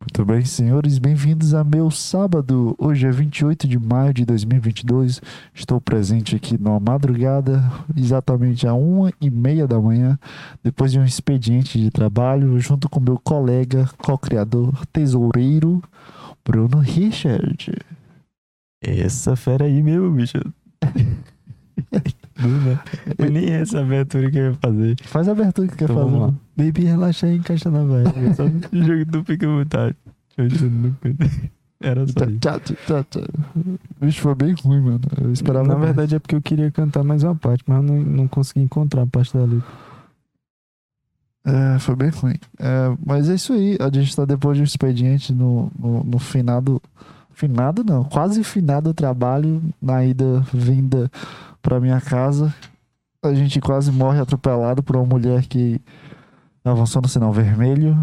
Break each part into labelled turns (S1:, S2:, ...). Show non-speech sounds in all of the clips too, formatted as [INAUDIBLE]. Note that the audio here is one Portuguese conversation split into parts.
S1: Muito bem, senhores, bem-vindos a meu sábado. Hoje é 28 de maio de 2022. Estou presente aqui numa madrugada, exatamente a uma e meia da manhã, depois de um expediente de trabalho, junto com meu colega, co-criador, tesoureiro, Bruno Richard.
S2: Essa fera aí mesmo, [LAUGHS] bicho. Duna. Mas nem essa abertura que eu ia fazer.
S1: Faz a abertura que quer
S2: Então
S1: fazer.
S2: vamos lá.
S1: Baby, relaxa aí, encaixa na
S2: Eu
S1: velha.
S2: É [LAUGHS] Só jogo do Fica à vontade. Eu juro, nunca- Era só isso.
S1: Tchau, tchau, tchau, tchau. Bicho, foi bem ruim, mano. Eu esperava.
S2: Na
S1: mais.
S2: verdade é porque eu queria cantar mais uma parte, mas eu não, não consegui encontrar a parte da letra.
S1: É, foi bem ruim. É, mas é isso aí. A gente tá depois de um expediente no, no, no finado. Finado não, quase finado trabalho na ida, vinda pra minha casa. A gente quase morre atropelado por uma mulher que avançou no sinal vermelho.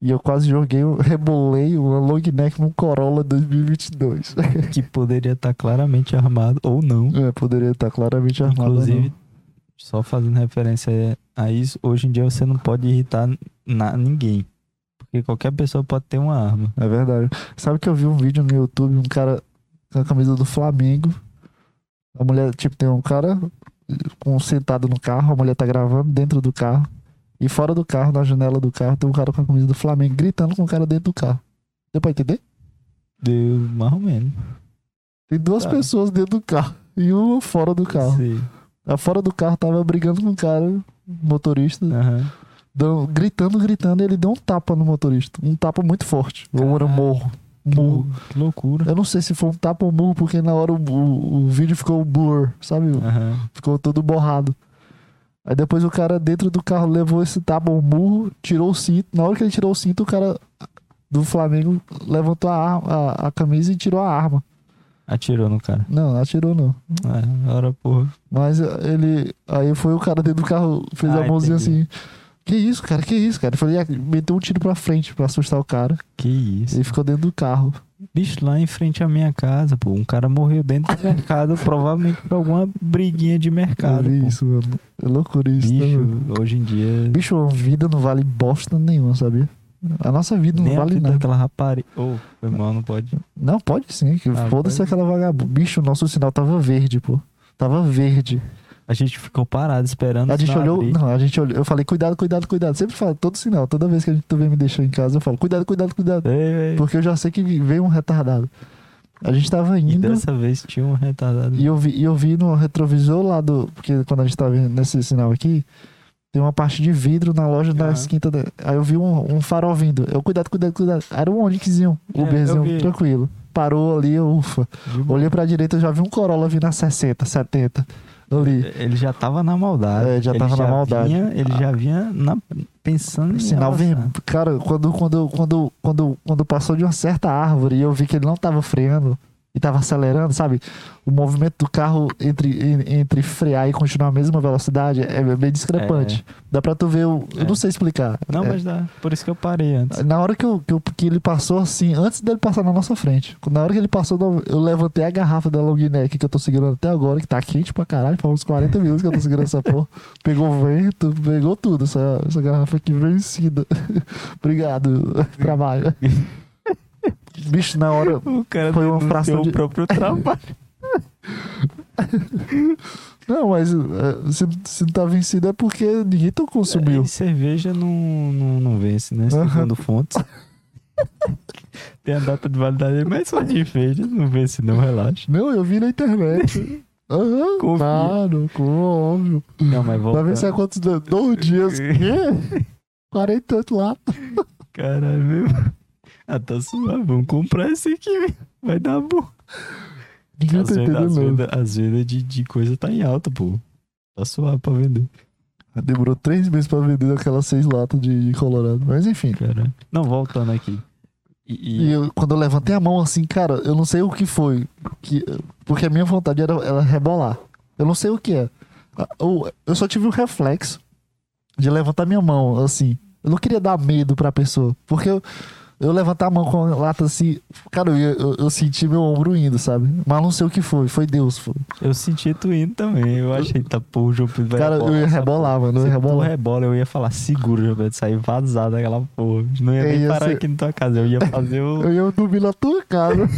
S1: E eu quase joguei, um- rebolei uma long neck num Corolla 2022.
S2: Que poderia estar claramente armado, ou não.
S1: [LAUGHS] É, poderia estar claramente armado.
S2: Inclusive,
S1: não.
S2: só fazendo referência a isso, hoje em dia você não pode irritar na- ninguém. Porque qualquer pessoa pode ter uma arma.
S1: É verdade. Sabe que eu vi um vídeo no YouTube, um cara com a camisa do Flamengo. A mulher, tipo, tem um cara com sentado no carro, a mulher tá gravando dentro do carro. E fora do carro, na janela do carro, tem um cara com a camisa do Flamengo gritando com o cara dentro do carro. Deu pra entender?
S2: Deu mais ou menos.
S1: Tem duas
S2: Tá.
S1: pessoas dentro do carro e uma fora do carro.
S2: Sim.
S1: A fora do carro tava brigando com o cara, motorista,
S2: Aham.
S1: dão- gritando, gritando, e ele deu um tapa no motorista. Um tapa muito forte. Ou era um
S2: Caraca.
S1: morro.
S2: Que
S1: Morro.
S2: lou- Que loucura.
S1: Eu não sei se foi um tapa ou murro, porque na hora o, o, o vídeo ficou um blur, sabe?
S2: Aham.
S1: Ficou todo borrado. Aí depois o cara dentro do carro levou esse tapa ou murro, tirou o cinto. Na hora que ele tirou o cinto, o cara do Flamengo levantou a, arma- a, a camisa e tirou a arma.
S2: Atirou no cara.
S1: Não, atirou não.
S2: Ah, era porra.
S1: Mas ele. Aí foi o cara dentro do carro, fez
S2: Ah,
S1: a mãozinha
S2: entendi.
S1: assim. Que isso, cara? Que isso, cara? Eu falei, "Ah", meteu um tiro pra frente pra assustar o cara.
S2: Que isso.
S1: E ficou dentro do carro.
S2: Bicho, lá em frente à minha casa, pô. Um cara morreu dentro do mercado, provavelmente por alguma briguinha de mercado.
S1: Eu vi
S2: pô.
S1: isso, mano. É loucura isso, né,
S2: Bicho,
S1: mano?
S2: hoje em dia.
S1: Bicho, a vida não vale bosta nenhuma, sabia? A nossa vida não
S2: nem né? a
S1: vale
S2: vida
S1: nada.
S2: daquela rapariga. Ô, foi mal, não pode.
S1: Não, pode sim. que
S2: Ah,
S1: Foda-se
S2: pode.
S1: aquela vagabunda. Bicho, o nosso sinal tava verde, pô. Tava verde.
S2: A gente ficou parado esperando.
S1: a gente
S2: sinal
S1: olhou.
S2: abrir.
S1: Não, a gente olhou. Eu falei, cuidado, cuidado, cuidado. Sempre falo, todo sinal. Toda vez que a gente também me deixou em casa, eu falo, cuidado, cuidado, cuidado.
S2: Ei, ei.
S1: Porque eu já sei que veio um retardado. A gente tava
S2: E
S1: indo.
S2: dessa vez tinha um retardado.
S1: E eu vi, e eu vi no retrovisor lá do. Porque quando a gente tá vendo nesse sinal aqui, tem uma parte de vidro na loja da
S2: Aham.
S1: esquinta. Da, aí eu vi um, um farol vindo. Eu, cuidado, cuidado, cuidado. Era um Onixzinho,
S2: É, eu
S1: Uberzinho,
S2: vi.
S1: tranquilo. Parou ali, eu, ufa.
S2: De boa.
S1: Olhei pra direita, eu já vi um Corolla vindo a 60, 70. Ali.
S2: Ele já tava na maldade.
S1: É, já
S2: Ele
S1: tava na maldade.
S2: vinha- ele já vinha na- pensando em.
S1: Sinal
S2: avançar.
S1: vermelho. Cara, quando, quando, quando, quando, quando passou de uma certa árvore e eu vi que ele não tava freando e tava acelerando, sabe? O movimento do carro entre, en- entre frear e continuar a mesma velocidade é bem discrepante. Dá pra tu ver. o- Eu
S2: É.
S1: não sei explicar.
S2: Não,
S1: É.
S2: mas dá. Por isso que eu parei antes.
S1: Na hora que, eu, que, eu- que ele passou assim, antes dele passar na nossa frente, na hora que ele passou, eu- eu levantei a garrafa da long neck que eu tô segurando até agora, que tá quente pra caralho, faz uns 40 minutos que eu tô segurando essa porra. Pegou vento, pegou tudo, essa, essa garrafa aqui vencida. [LAUGHS] Obrigado, trabalho. Bicho, na hora.
S2: O cara
S1: Foi uma
S2: denunciou
S1: fração
S2: o
S1: de- [LAUGHS]
S2: próprio trabalho.
S1: Não, mas eh, se, se não tá vencido é porque ninguém tão consumiu.
S2: E cerveja não, não, não vence, né?
S1: Aham.
S2: Segundo fontes. [LAUGHS] Tem a data de validade, mas só de feira não vence, não, relaxa.
S1: Não, eu vi na internet. Aham,
S2: Confia.
S1: claro, óbvio.
S2: Não, mas
S1: Vai ver se é quantos
S2: volta.
S1: dias? Dois dias. Quê? 48 lá.
S2: Caralho, mesmo. Ah, tá suave. Vamos comprar esse aqui, velho. vai dar bom.
S1: Ninguém
S2: As
S1: tá
S2: vendas, as
S1: entendendo. nada.
S2: vendas, as vendas de, de coisa tá em alta, pô. Tá suave pra vender.
S1: Demorou três meses pra vender aquelas seis latas de, de Colorado. Mas enfim.
S2: Caralho. Não, voltando aqui. E,
S1: E
S2: e-
S1: eu- quando eu levantei a mão assim, cara, eu não sei o que foi. Que, porque a minha vontade era, era rebolar. Eu não sei o que é. Ah, Eu, eu só tive o reflexo de levantar minha mão assim. Eu não queria dar medo pra pessoa. Porque eu, Eu levantar a mão com a lata assim. Cara, eu, eu, eu senti meu ombro indo, sabe? Mas não sei o que foi. Foi Deus. Foi.
S2: Eu senti tu indo também. Eu achei, tá, pô, o Jopito vai
S1: Cara, eu ia
S2: essa
S1: rebolar,
S2: porra.
S1: mano, eu
S2: Se
S1: ia rebolar.
S2: tu rebola, eu ia falar, seguro, Jopito, sair vazado daquela porra. Não ia
S1: Eu
S2: nem
S1: ia
S2: parar
S1: ser-
S2: aqui na tua casa. Eu ia
S1: [LAUGHS]
S2: fazer o...
S1: Eu ia dormir na tua
S2: [LAUGHS]
S1: casa.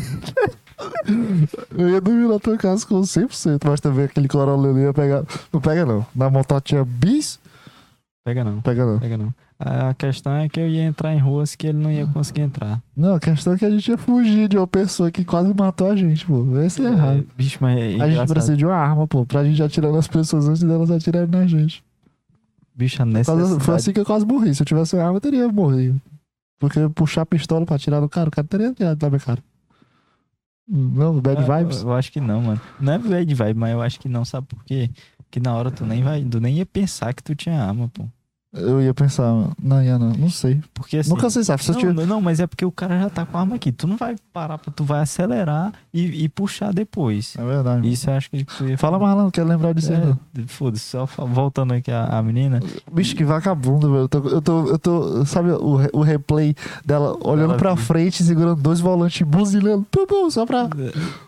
S1: eu ia dormir na tua casa com 100%. Mas também aquele coronel ali ia pegar. Não pega não. Na montatinha bis,
S2: Pega não,
S1: não pega não.
S2: pega não. A questão é que eu ia entrar em ruas que ele não ia conseguir entrar.
S1: Não, a questão é que a gente ia fugir de uma pessoa que quase matou a gente, pô. Esse é errado.
S2: É, Bicho, mas é
S1: A gente
S2: engraçado.
S1: precisa de uma arma, pô, pra gente atirando as pessoas antes delas atirarem na gente.
S2: Bicho, a
S1: Por causa-
S2: necessidade.
S1: foi assim que eu quase morri. Se eu tivesse uma arma, eu teria morrido. Porque puxar a pistola pra atirar no cara, o cara teria atirado na minha cara. Não, bad
S2: Ah, eu-
S1: vibes.
S2: Eu acho que não, mano. Não é bad vibe, mas eu acho que não, sabe por quê? Que na hora tu nem vai, tu nem ia pensar que tu tinha arma, pô.
S1: Eu ia pensar, não, ia não, não sei.
S2: Porque assim.
S1: Nunca sei, sabe? Se eu
S2: não,
S1: tiver-
S2: não, não, mas é porque o cara já tá com a arma aqui. Tu não vai parar, pô, tu vai acelerar e, e puxar depois.
S1: É verdade.
S2: Isso eu acho que tu ia
S1: Fala mais lá, não quero lembrar disso aí, não.
S2: É, Foda-se, só fa- voltando aqui a, a menina.
S1: Bicho, que vagabundo, velho. Eu tô, eu tô, eu tô sabe o, re- o replay dela olhando
S2: Ela
S1: pra
S2: viu.
S1: frente, segurando dois volantes, buzinando, pum, pum, só pra...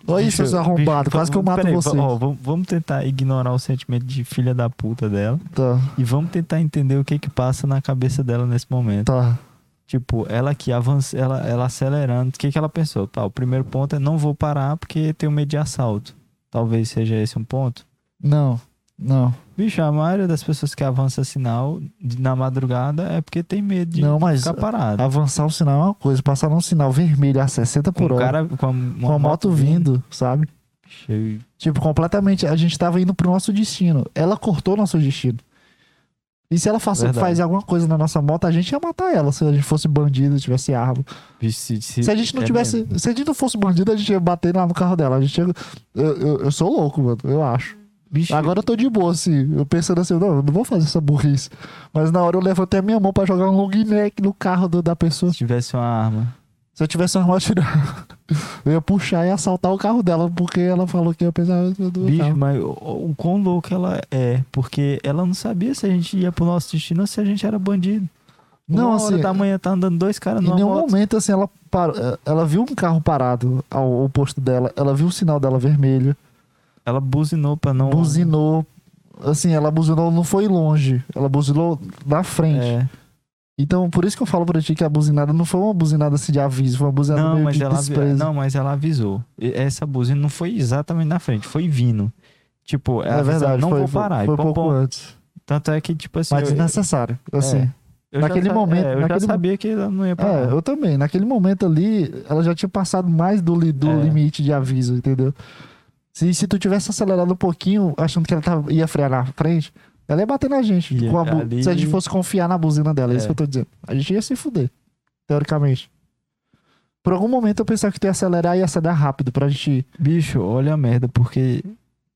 S1: Olha isso,
S2: Bicho,
S1: seus arrombados,
S2: bicho,
S1: quase que eu
S2: vamos-
S1: mato
S2: peraí,
S1: vocês.
S2: ó, vamos- vamos tentar ignorar o sentimento de filha da puta dela.
S1: Tá,
S2: E vamos tentar entender o que que passa na cabeça dela nesse momento.
S1: tá.
S2: Tipo, ela que avança, ela, ela acelerando, o que que ela pensou? Tá, o primeiro ponto é não vou parar porque tenho medo de assalto. Talvez seja esse um ponto.
S1: Não, não.
S2: Bicho, a maioria das pessoas que avança sinal de- na madrugada é porque tem medo de
S1: Não, mas-
S2: ficar parado.
S1: Avançar o sinal é uma coisa, passar num sinal vermelho a 60
S2: Com
S1: por
S2: um
S1: hora,
S2: cara com a,
S1: com a moto vindo, sabe?
S2: Bicho, eu-
S1: Tipo, completamente, a gente tava indo pro nosso destino. Ela cortou nosso destino. E se ela faça,
S2: Verdade.
S1: faz alguma coisa na nossa moto, a gente ia matar ela se a gente fosse bandido, tivesse arma.
S2: bicho, se, se-
S1: Se a gente não
S2: é
S1: tivesse.
S2: mesmo.
S1: Se a gente não fosse bandido, a gente ia bater lá no carro dela. A gente ia- eu, eu, eu sou louco, mano, eu acho.
S2: Bicho,
S1: Agora eu tô de boa, assim. Eu pensando assim, não, eu não vou fazer essa burrice. Mas na hora eu levantei a minha mão pra jogar um long neck no carro do- da pessoa.
S2: se tivesse uma arma.
S1: Se eu tivesse uma arma atirar, [LAUGHS] eu ia puxar e assaltar o carro dela, porque ela falou que ia pensar do do
S2: Bicho,
S1: carro.
S2: mas o, o quão louco ela é, porque ela não sabia se a gente ia pro nosso destino ou se a gente era bandido.
S1: Não,
S2: uma hora
S1: assim,
S2: da manhã tá andando dois caras
S1: em
S2: numa
S1: nenhum
S2: moto.
S1: momento, assim, ela parou. Ela viu um carro parado ao ao posto dela, ela viu o sinal dela vermelho.
S2: Ela buzinou pra não.
S1: buzinou. Assim, ela buzinou, não foi longe. Ela buzinou na frente.
S2: É.
S1: Então, por isso que eu falo pra ti que a buzinada não foi uma buzinada assim de aviso, foi uma buzinada
S2: Não,
S1: meio
S2: mas
S1: de
S2: ela, avi-
S1: desprezo.
S2: não, mas ela avisou. E Essa buzina não foi exatamente na frente, foi vindo. Tipo, ela
S1: é
S2: avisou,
S1: verdade,
S2: não
S1: foi,
S2: vou parar. e
S1: foi
S2: pom,
S1: pouco
S2: pom.
S1: antes.
S2: Tanto é que, tipo assim.
S1: Mas
S2: eu-
S1: desnecessário, assim.
S2: É, eu já
S1: naquele
S2: sa-
S1: momento,
S2: é, eu
S1: naquele
S2: já sabia que ela não ia
S1: É,
S2: parar.
S1: eu também. Naquele momento ali, ela já tinha passado mais do, li- do
S2: É.
S1: limite de aviso, entendeu? Se, se tu tivesse acelerado um pouquinho, achando que ela tava- ia frear na frente, ela ia bater na gente.
S2: Ia,
S1: com a bu-
S2: ali-
S1: Se a gente fosse confiar na buzina dela, é isso
S2: É.
S1: que eu tô dizendo. A gente ia se fuder, teoricamente. Por algum momento eu pensava que tu ia acelerar e ia acelerar rápido pra gente.
S2: Bicho, olha a merda, porque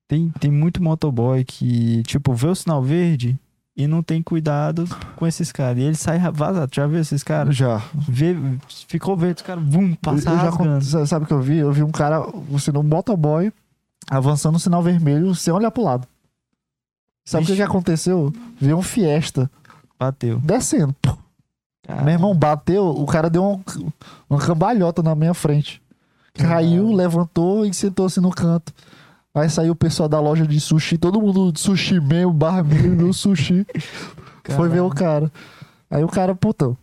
S2: tem, tem muito motoboy que, tipo, vê o sinal verde e não tem cuidado com esses caras. E ele sai ra- vazado. Já viu esses caras?
S1: Já.
S2: Vê, ficou verde, os caras, bum, passa
S1: Eu já
S2: rasgando.
S1: con- sa- sabe o que eu vi? Eu vi um cara, assim, um motoboy, avançando o sinal vermelho sem olhar pro lado. Sabe o que,
S2: Vixe.
S1: que aconteceu? Vi um Fiesta
S2: Bateu.
S1: descendo. Pô, Meu irmão bateu, o cara deu um- uma cambalhota na minha frente. Caiu, levantou e sentou-se no canto. Aí saiu o pessoal da loja de sushi, todo mundo de sushi mesmo, barbeiro do sushi. Foi ver o cara. Aí o cara, puta,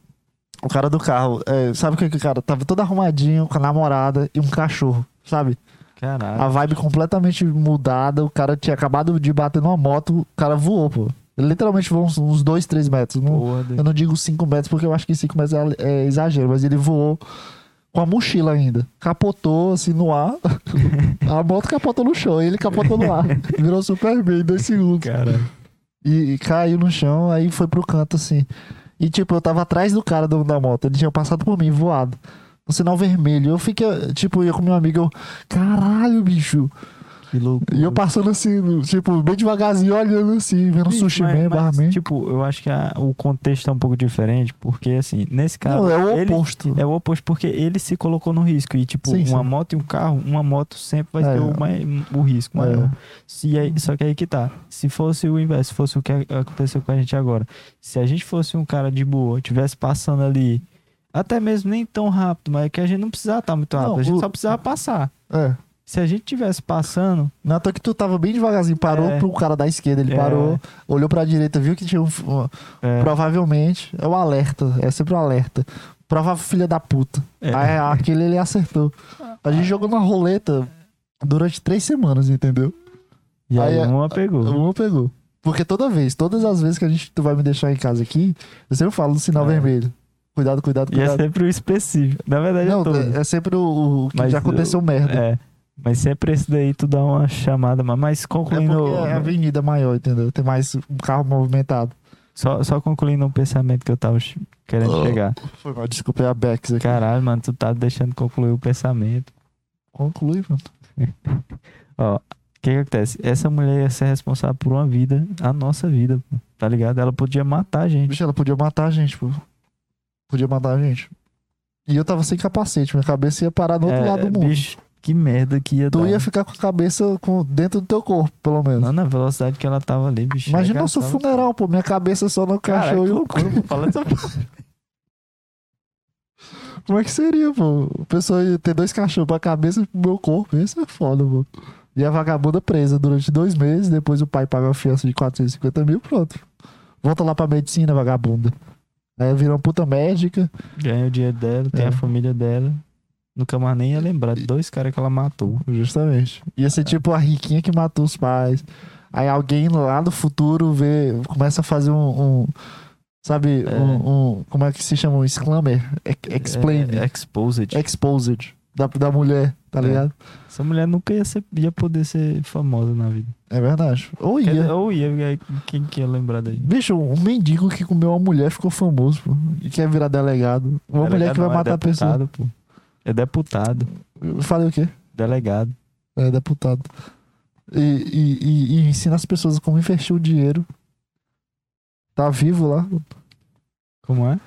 S1: o cara do carro, é, sabe o que que o cara? Tava todo arrumadinho, com a namorada e um cachorro, sabe?
S2: Caralho.
S1: A vibe completamente mudada, o cara tinha acabado de bater numa moto, o cara voou, pô. Ele literalmente voou uns- uns 2, 3 metros. Não,
S2: Porra, Deus.
S1: eu não digo 5 metros porque eu acho que 5 metros é, é exagero, mas ele voou com a mochila ainda. Capotou assim no ar.
S2: [LAUGHS]
S1: A moto capotou no chão, ele capotou no ar. Virou Superman em 2 segundos.
S2: Caralho.
S1: E, e caiu no chão, aí foi pro canto assim. E tipo, eu tava atrás do cara do, da moto, ele tinha passado por mim, voado. No sinal vermelho. Eu fiquei, tipo, eu com meu amigo, eu, caralho, bicho.
S2: Que louco.
S1: E eu passando assim, tipo, bem devagarzinho, olhando assim, vendo sushi man, barman.
S2: Tipo, eu acho que a- o contexto é um pouco diferente, porque assim, nesse caso.
S1: Não, é o
S2: ele-
S1: oposto.
S2: É o oposto, porque ele se colocou no risco. E, tipo,
S1: Sim,
S2: uma
S1: sim.
S2: moto e um carro, uma moto sempre vai
S1: É.
S2: ter o, mai- o risco maior.
S1: É.
S2: Se aí- só que aí que tá. Se fosse o inverso, se fosse o que a- aconteceu com a gente agora. Se a gente fosse um cara de boa, tivesse passando ali Até mesmo nem tão rápido, mas é que a gente não precisava estar muito rápido.
S1: Não,
S2: a gente
S1: o-
S2: só precisava passar.
S1: É.
S2: Se a gente tivesse passando,
S1: Na toa que tu tava bem devagarzinho, parou
S2: É.
S1: pro cara da esquerda, ele
S2: É.
S1: parou, olhou pra direita, viu que tinha um. um-
S2: é,
S1: Provavelmente, é o alerta, é sempre um alerta. Provável filha da puta.
S2: é,
S1: Aí, aquele ele acertou. A gente jogou na roleta durante três semanas, entendeu?
S2: e aí,
S1: aí-
S2: uma pegou.
S1: Uma pegou. Porque toda vez, todas as vezes que a gente tu vai me deixar em casa aqui, eu sempre falo no sinal
S2: É.
S1: vermelho. Cuidado, cuidado,
S2: E é
S1: cuidado.
S2: sempre o específico. Na verdade,
S1: Não,
S2: é todo.
S1: é sempre o, o que
S2: Mas
S1: já aconteceu merda.
S2: É. Mas sempre esse daí tu dá uma chamada, mas- mas
S1: É
S2: concluindo.
S1: porque é a avenida maior, entendeu? Tem mais um carro movimentado.
S2: Só, só concluindo um pensamento que eu tava ch- querendo chegar.
S1: Foi mal, desculpa, é a Bex aqui.
S2: Caralho, mano, tu tá deixando concluir o pensamento.
S1: Conclui, mano.
S2: Ó, o que que acontece? Essa mulher ia ser responsável por uma vida, a nossa vida, pô, tá ligado? Ela podia matar a gente.
S1: Bicho, ela podia matar a gente, pô. Podia matar a gente. E eu tava sem capacete, minha cabeça ia parar do outro
S2: É,
S1: lado do mundo.
S2: Bicho, que merda que ia
S1: Tu
S2: dar.
S1: ia ficar com a cabeça com, dentro do teu corpo, pelo menos.
S2: Não, na velocidade que ela tava ali, bicho.
S1: Imagina nosso
S2: Arregaçava.
S1: funeral, pô. Minha cabeça só no caixão
S2: Caralho, tá que
S1: e o
S2: loucura, pô, fala essa porra.
S1: [LAUGHS] Como é que seria, pô? A pessoa ia ter dois cachorros pra cabeça e pro meu corpo. Isso é foda, pô. E a vagabunda presa durante dois meses. Depois o pai paga uma fiança de 450 mil, pronto. Volta lá pra medicina, vagabunda. Aí virou uma puta médica.
S2: Ganha o dinheiro dela, tem
S1: É.
S2: a família dela. Nunca mais nem ia lembrar de dois caras que ela matou.
S1: Justamente. Ia
S2: É.
S1: ser tipo a riquinha que matou os pais. Aí alguém lá do futuro vê, começa a fazer um. um- sabe,
S2: É.
S1: um, um- Como é que se chama? Um exclamer? Ex- Explain.
S2: É, é exposed.
S1: Exposed. Da, da mulher, tá
S2: É.
S1: ligado?
S2: Essa mulher nunca ia, ser- ia poder ser famosa na vida.
S1: É verdade. Ou
S2: Quer
S1: ia.
S2: dizer, Ou ia, quem que ia lembrar daí?
S1: Bicho, um mendigo que comeu uma mulher ficou famoso, pô. E quer virar delegado. Uma mulher que vai matar a pessoa.
S2: é Pô. É deputado,
S1: Eu falei o quê?
S2: delegado.
S1: É deputado. E, e, e- e ensina as pessoas como investir o dinheiro. Tá vivo lá.
S2: Como é?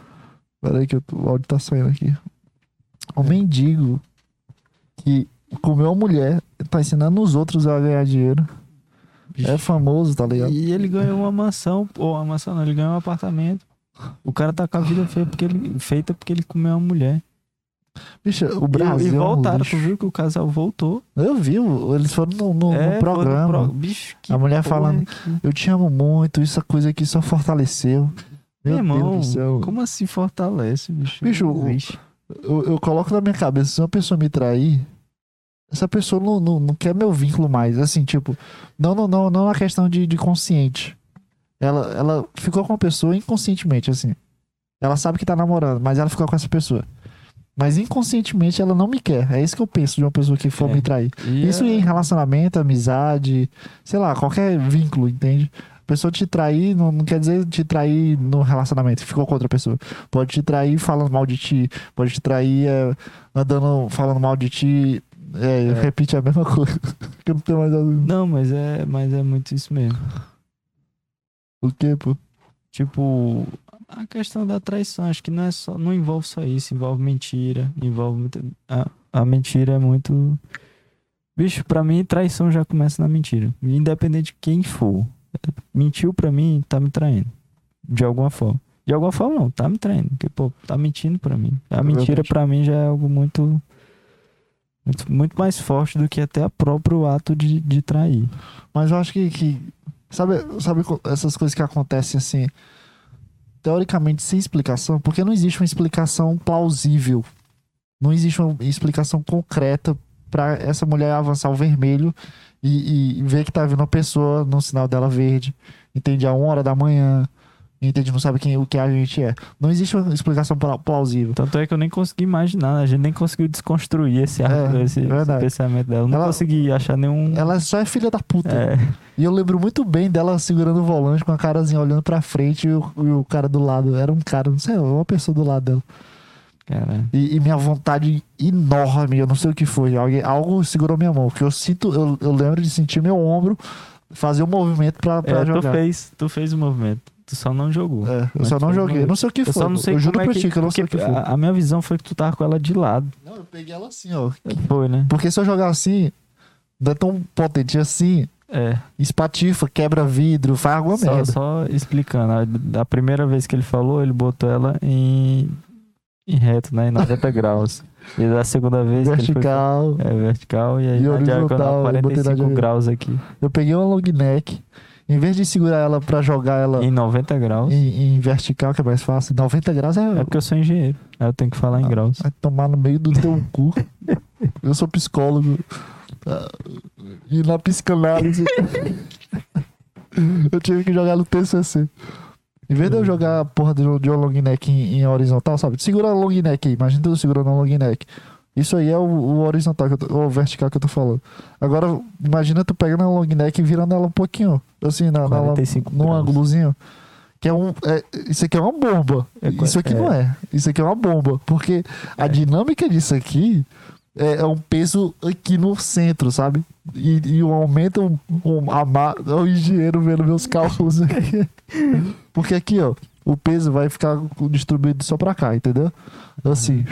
S1: Peraí que eu tô- o áudio tá saindo aqui. Um
S2: É.
S1: mendigo que comeu uma mulher, tá ensinando os outros a ganhar dinheiro.
S2: Bicho.
S1: É famoso, tá ligado?
S2: E ele ganhou uma mansão, ou uma mansão não, ele ganhou um apartamento. O cara tá com a vida feia porque ele, feita porque ele comeu uma mulher.
S1: Bicho, o
S2: E-
S1: Brasil.
S2: e
S1: é um
S2: voltaram,
S1: lixo.
S2: tu viu que o casal voltou.
S1: Eu vi, o- eles foram no, no- no
S2: É, foi no
S1: programa.
S2: pro- Bicho, que
S1: A mulher
S2: porra é
S1: falando,
S2: que-
S1: Eu te amo muito, isso é coisa aqui só fortaleceu. Meu
S2: Meu irmão,
S1: Deus do céu.
S2: como assim fortalece, bicho?
S1: Bicho,
S2: Não
S1: o-
S2: existe.
S1: Eu, eu coloco na minha cabeça, se uma pessoa me trair, essa pessoa não, não, não quer meu vínculo mais. Assim, tipo, não, não, não, não é uma questão de, de consciente. Ela, ela ficou com a pessoa inconscientemente, assim. Ela sabe que tá namorando, mas ela ficou com essa pessoa. Mas inconscientemente ela não me quer. É isso que eu penso de uma pessoa que for
S2: É.
S1: me trair.
S2: E
S1: Isso
S2: é-
S1: em relacionamento, amizade, sei lá, qualquer vínculo, entende? A pessoa te trair não, não quer dizer te trair no relacionamento, ficou com outra pessoa. Pode te trair falando mal de ti, pode te trair é, andando, falando mal de ti. É,
S2: É.
S1: Repite a mesma coisa. [LAUGHS] que eu não tenho mais a-
S2: Não, mas é, mas é muito isso mesmo.
S1: o que, pô.
S2: Tipo, a questão da traição, acho que não é só, não envolve só isso, envolve mentira, envolve muita, a, a mentira é muito Bicho, pra mim traição já começa na mentira, independente de quem for. Mentiu pra mim, tá me traindo de alguma forma. De alguma forma não, tá me traindo, porque pô, tá mentindo pra mim. A mentira
S1: verdade.
S2: pra mim já é algo muito muito, muito mais forte do que até o próprio ato de, de trair.
S1: Mas eu acho que. que- sabe, sabe co- essas coisas que acontecem assim. Teoricamente sem explicação, porque não existe uma explicação plausível. Não existe uma explicação concreta pra essa mulher avançar o vermelho e, e ver que tá vindo uma pessoa no sinal dela verde. Entende? A uma hora da manhã. Entende? Não sabe quem, o que a gente é. Não existe uma explicação pla- plausível.
S2: Tanto é que eu nem consegui imaginar, a gente nem conseguiu desconstruir esse, ar-
S1: É,
S2: esse, esse
S1: verdade.
S2: pensamento dela. Eu Não
S1: Ela-
S2: consegui achar nenhum.
S1: Ela só é filha da puta.
S2: É,
S1: E eu lembro muito bem dela segurando o volante com a carazinha olhando pra frente e o, e o cara do lado. Era um cara, não sei, uma pessoa do lado dela.
S2: cara.
S1: E, e minha vontade enorme, eu não sei o que foi. Alguém, algo segurou minha mão. Porque eu sinto, eu, eu lembro de sentir meu ombro fazer um movimento pra, pra
S2: É, tu
S1: jogar.
S2: fez, tu fez o movimento, tu só não jogou.
S1: É, eu
S2: Mas
S1: só não
S2: foi
S1: joguei.
S2: uma-
S1: Não sei o que foi.
S2: Eu só não sei
S1: juro pra
S2: como é que,
S1: ti que eu não sei o
S2: porque
S1: que foi.
S2: A, a minha visão foi que tu tava com ela de lado.
S1: Não, eu peguei ela assim, ó.
S2: Foi, né?
S1: Porque se eu jogar assim, não é tão potente assim,
S2: É.
S1: espatifa, quebra vidro, faz alguma
S2: Só,
S1: merda.
S2: só explicando, a, da primeira vez que ele falou, ele botou ela em em reto, né?
S1: [LAUGHS]
S2: Em 90 graus. E da segunda vez. que ele foi-
S1: Vertical.
S2: É vertical e aí
S1: E
S2: na diagonal
S1: horizontal, eu botei na
S2: 45
S1: diagonal.
S2: graus aqui.
S1: Eu peguei uma long neck. Em vez de segurar ela pra jogar ela
S2: Em 90 graus.
S1: em, em vertical, que é mais fácil, 90 graus é.
S2: É porque eu sou engenheiro. Aí eu tenho que falar em
S1: Ah,
S2: graus.
S1: Vai tomar no meio do teu cu. Eu sou psicólogo. Ah, E na psicanálise. eu tive que jogar no TCC. Em vez de eu jogar a porra de um de um long neck em, em horizontal, sabe? Segura a long neck aí. Imagina tu segurando a long neck. Isso aí é o, o horizontal, que eu tô, ou o vertical que eu tô falando. Agora, imagina tu pegando a long neck e virando ela um pouquinho. Assim, na, na,
S2: 45
S1: num
S2: graus.
S1: ângulozinho. Que é um. é- isso aqui é uma bomba.
S2: É qua-
S1: isso aqui não é. Isso aqui é uma bomba. Porque a
S2: É.
S1: dinâmica disso aqui é, é um peso aqui no centro, sabe? E, e o aumento um, um, a ma- é o engenheiro vendo meus cálculos
S2: [LAUGHS]
S1: aqui. Porque aqui, ó, o peso vai ficar distribuído só pra cá, entendeu? Assim.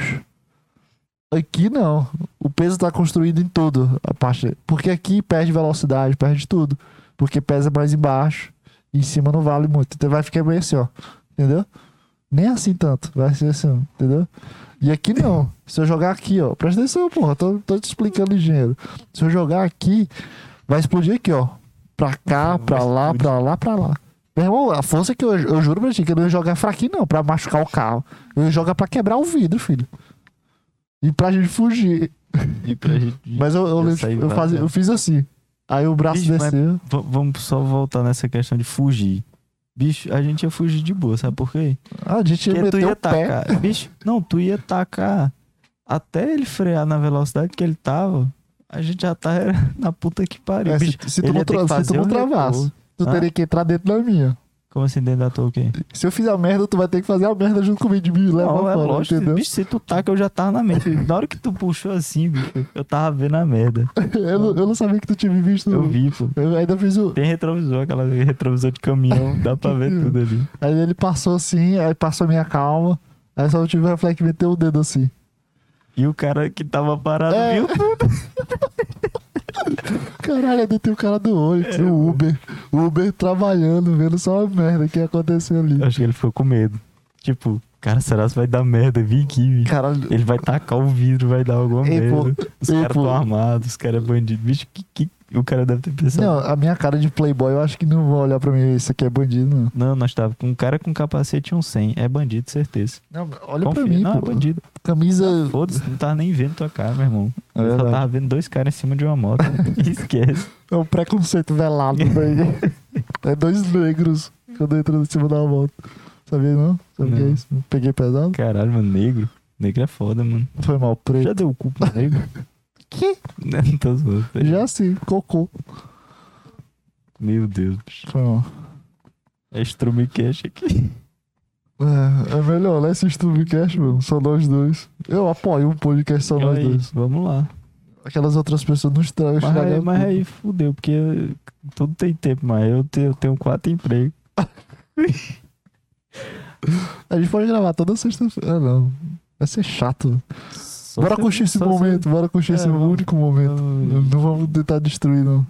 S1: Aqui não. O peso tá construído em tudo a parte. Porque aqui perde velocidade, perde tudo. Porque pesa mais embaixo. E em cima não vale muito. Então vai ficar meio assim, ó. Entendeu? Nem assim tanto. Vai ser assim, ó, entendeu? E aqui não. Se eu jogar aqui, ó. Presta atenção, porra. Tô, tô te explicando, engenheiro. Se eu jogar aqui, vai explodir aqui, ó. Pra cá, pra lá, pra lá, pra lá. Meu irmão, a força que eu, eu juro pra ti que eu não ia jogar fraquinho, não, pra machucar o carro. Eu ia jogar pra quebrar o vidro, filho. E pra gente fugir.
S2: E pra gente.
S1: Mas eu, eu,
S2: Eu
S1: lembro,
S2: saí
S1: eu, fazia-
S2: vazando.
S1: eu fiz assim. Aí o braço
S2: Bicho, mas-
S1: desceu.
S2: V- vamos só voltar nessa questão de fugir. Bicho, a gente ia fugir de boa, sabe por quê?
S1: Ah, a gente ia
S2: Porque tu
S1: meter
S2: ia
S1: o pé. né?
S2: tacar. Bicho, não, tu ia tacar até ele frear na velocidade que ele tava. A gente já tá [LAUGHS] era na puta que pariu.
S1: É, se,
S2: bicho,
S1: se tu
S2: ele
S1: não,
S2: ia ter que
S1: tra- se tu
S2: fazer
S1: não
S2: um
S1: travasse,
S2: recuo.
S1: tu
S2: Ah?
S1: teria que entrar dentro da minha.
S2: Como assim dentro da tua o quê?
S1: Se eu fizer a merda, tu vai ter que fazer a merda junto comigo de mim e levar
S2: Não, é
S1: fora,
S2: lógico.
S1: entendeu?
S2: Bicho, se tu taca, eu já tava na mente. Na hora que tu puxou assim, bicho, eu tava vendo a merda.
S1: [LAUGHS] eu, não, eu não sabia que tu tinha me visto.
S2: Eu vi, pô.
S1: Eu ainda fiz o.
S2: Tem retrovisor, aquela retrovisor de caminhão, dá pra ver tudo ali.
S1: Aí ele passou assim, aí passou a minha calma. Aí só eu tive o reflexo de meter o dedo assim.
S2: E o cara que tava parado
S1: É.
S2: viu
S1: Caralho, ainda tem o cara do
S2: É,
S1: Onix, o Uber. O Uber trabalhando, vendo só a merda que ia acontecer ali.
S2: Eu Acho que ele ficou com medo. Tipo, cara, será que vai dar merda? Vim aqui, bicho.
S1: Caralho,
S2: Ele vai tacar o vidro, vai dar alguma
S1: Ei, pô.
S2: merda. Os
S1: Ei,
S2: caras
S1: pô.
S2: tão armados, os caras é bandido. Bicho, que, que- o cara deve ter pensado.
S1: Não, a minha cara de playboy, eu acho que não vão olhar pra mim. Isso aqui é bandido, não.
S2: Não, nós tava com um cara com capacete e um 100. É bandido, certeza.
S1: Não, olha
S2: Confia.
S1: pra mim,
S2: não, é
S1: pô.
S2: bandido.
S1: Camisa.
S2: Foda-se, não tava nem vendo tua cara, meu irmão.
S1: É
S2: Eu só
S1: verdade.
S2: tava vendo dois caras em cima de
S1: [LAUGHS]
S2: uma moto. Esquece.
S1: É um preconceito velado,
S2: [LAUGHS]
S1: velho. é dois negros quando entra em cima da moto. Sabia não? Sabe o que é
S2: Não.
S1: isso? Peguei pesado?
S2: Caralho, mano, negro. Negro é foda, mano.
S1: Foi mal preto.
S2: Já deu o cu pro negro?
S1: [LAUGHS] Que?
S2: Não, [LAUGHS] não tô zoando. tá
S1: Já sim, cocô.
S2: Meu Deus, bicho.
S1: Foi mal.
S2: É
S1: [LAUGHS]
S2: estrumiquete aqui.
S1: É, é melhor, né? Esse Stubcast, mano. Só nós dois. Eu apoio um podcast só nós
S2: Aí,
S1: dois.
S2: Vamos lá.
S1: Aquelas outras pessoas não estragam.
S2: Mas aí,
S1: estragam
S2: mas
S1: tudo.
S2: aí fudeu, porque eu- tudo tem tempo, mas eu tenho, eu tenho quatro empregos.
S1: A gente pode gravar toda sexta-feira. Ah, não. Vai ser chato.
S2: Só
S1: bora
S2: se-
S1: curtir esse
S2: só se-
S1: momento, bora curtir
S2: É,
S1: esse
S2: vamos.
S1: único momento. Não,
S2: Não,
S1: não vamos tentar destruir, não.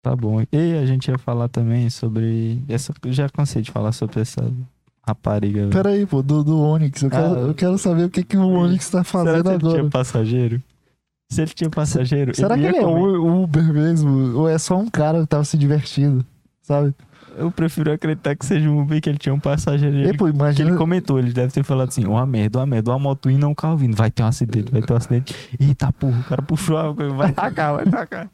S2: Tá bom. E a gente ia falar também sobre. Essa, eu já cansei de falar sobre essa rapariga. velho.
S1: Pera aí, pô, do, do Onix. Eu, quero,
S2: Ah,
S1: eu quero saber o que, que o Onix tá
S2: Será
S1: fazendo
S2: que é, tipo, ele
S1: agora.
S2: tinha passageiro? Se ele tinha passageiro.
S1: Será que
S2: ia
S1: ele é
S2: comer.
S1: o Uber mesmo? Ou é só um cara que tava se divertindo, sabe?
S2: Eu prefiro acreditar que seja um Uber que ele tinha um passageiro.
S1: E,
S2: Ele,
S1: pô,
S2: que ele
S1: imagina.
S2: comentou, ele deve ter falado assim: uma merda, uma merda, uma moto indo, um carro vindo. Vai ter um acidente, vai ter um acidente. Eita porra, o cara puxou a coisa, vai tacar, vai tacar.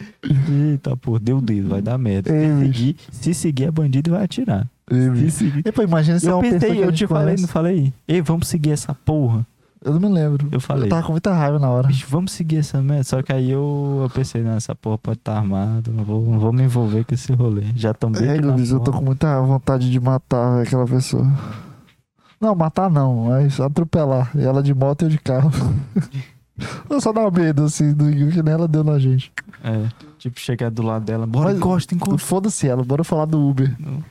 S2: Eita porra, deu dedo, vai dar merda.
S1: Ei, bicho.
S2: seguir, se seguir é bandido e vai atirar.
S1: Ei, bicho.
S2: Se seguir.
S1: E, pô, imagina se é
S2: Eu
S1: uma pessoa
S2: pensei,
S1: que a
S2: eu
S1: gente
S2: te falei,
S1: conhece.
S2: não falei? Ei, vamos seguir essa porra.
S1: Eu não me lembro.
S2: Eu falei.
S1: tava com muita raiva na hora.
S2: Bicho, vamos seguir essa merda. Só que aí eu, eu pensei, não, essa porra pode estar armada, não vou, não vou me envolver com esse rolê. Já tão bem. tá
S1: Ei,
S2: aqui na
S1: É, Luiz, eu tô
S2: porra.
S1: com muita vontade de matar aquela pessoa. Não, matar não, mas atropelar. E ela de moto e eu de carro. [LAUGHS] Eu só dá um medo, assim, do que nem ela deu na gente.
S2: É, tipo, chegar do lado dela, bora,
S1: Mas-
S2: encosta, encosta.
S1: Foda-se ela, bora falar do Uber.
S2: Não.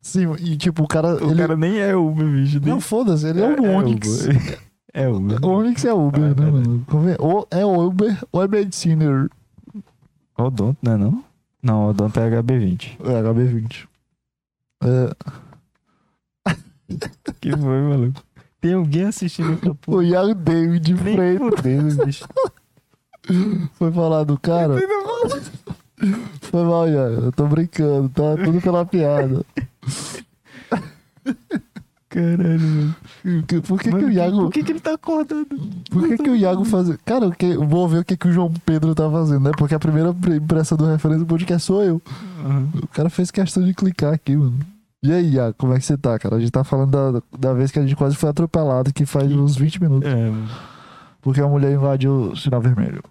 S1: Sim, e tipo, o cara.
S2: O
S1: ele...
S2: cara nem é Uber, bicho. nem-
S1: Não, foda-se, ele é, um Onix.
S2: Uber. [LAUGHS] É Uber.
S1: O [LAUGHS] Onix é Uber,
S2: Ah, é
S1: né,
S2: verdade.
S1: mano? Conven- Ou é Uber ou é Mediciner.
S2: Odonto, não é não? Não, Odonto é HB20.
S1: É, HB20. É,
S2: Que foi, maluco? Tem alguém assistindo essa
S1: O
S2: porra.
S1: Iago David
S2: Nem
S1: Freitas [LAUGHS]
S2: fudendo, bicho.
S1: foi falar do cara. Foi mal, Iago. Eu tô brincando, tá? Tudo pela piada.
S2: Caralho, mano.
S1: Que- Por que, que
S2: Mano,
S1: o Iago.
S2: Por que, que ele tá acordando?
S1: Por que, que o Iago faz. Cara, o que... vou ver o que, que o João Pedro tá fazendo, né? Porque a primeira impressa do referência do podcast sou eu. O cara fez questão de clicar aqui, mano. E aí, Iago, como é que você tá, cara? A gente tá falando da, da vez que a gente quase foi atropelado, que faz uns 20 minutos.
S2: É, mano.
S1: Porque a mulher invadiu o sinal vermelho.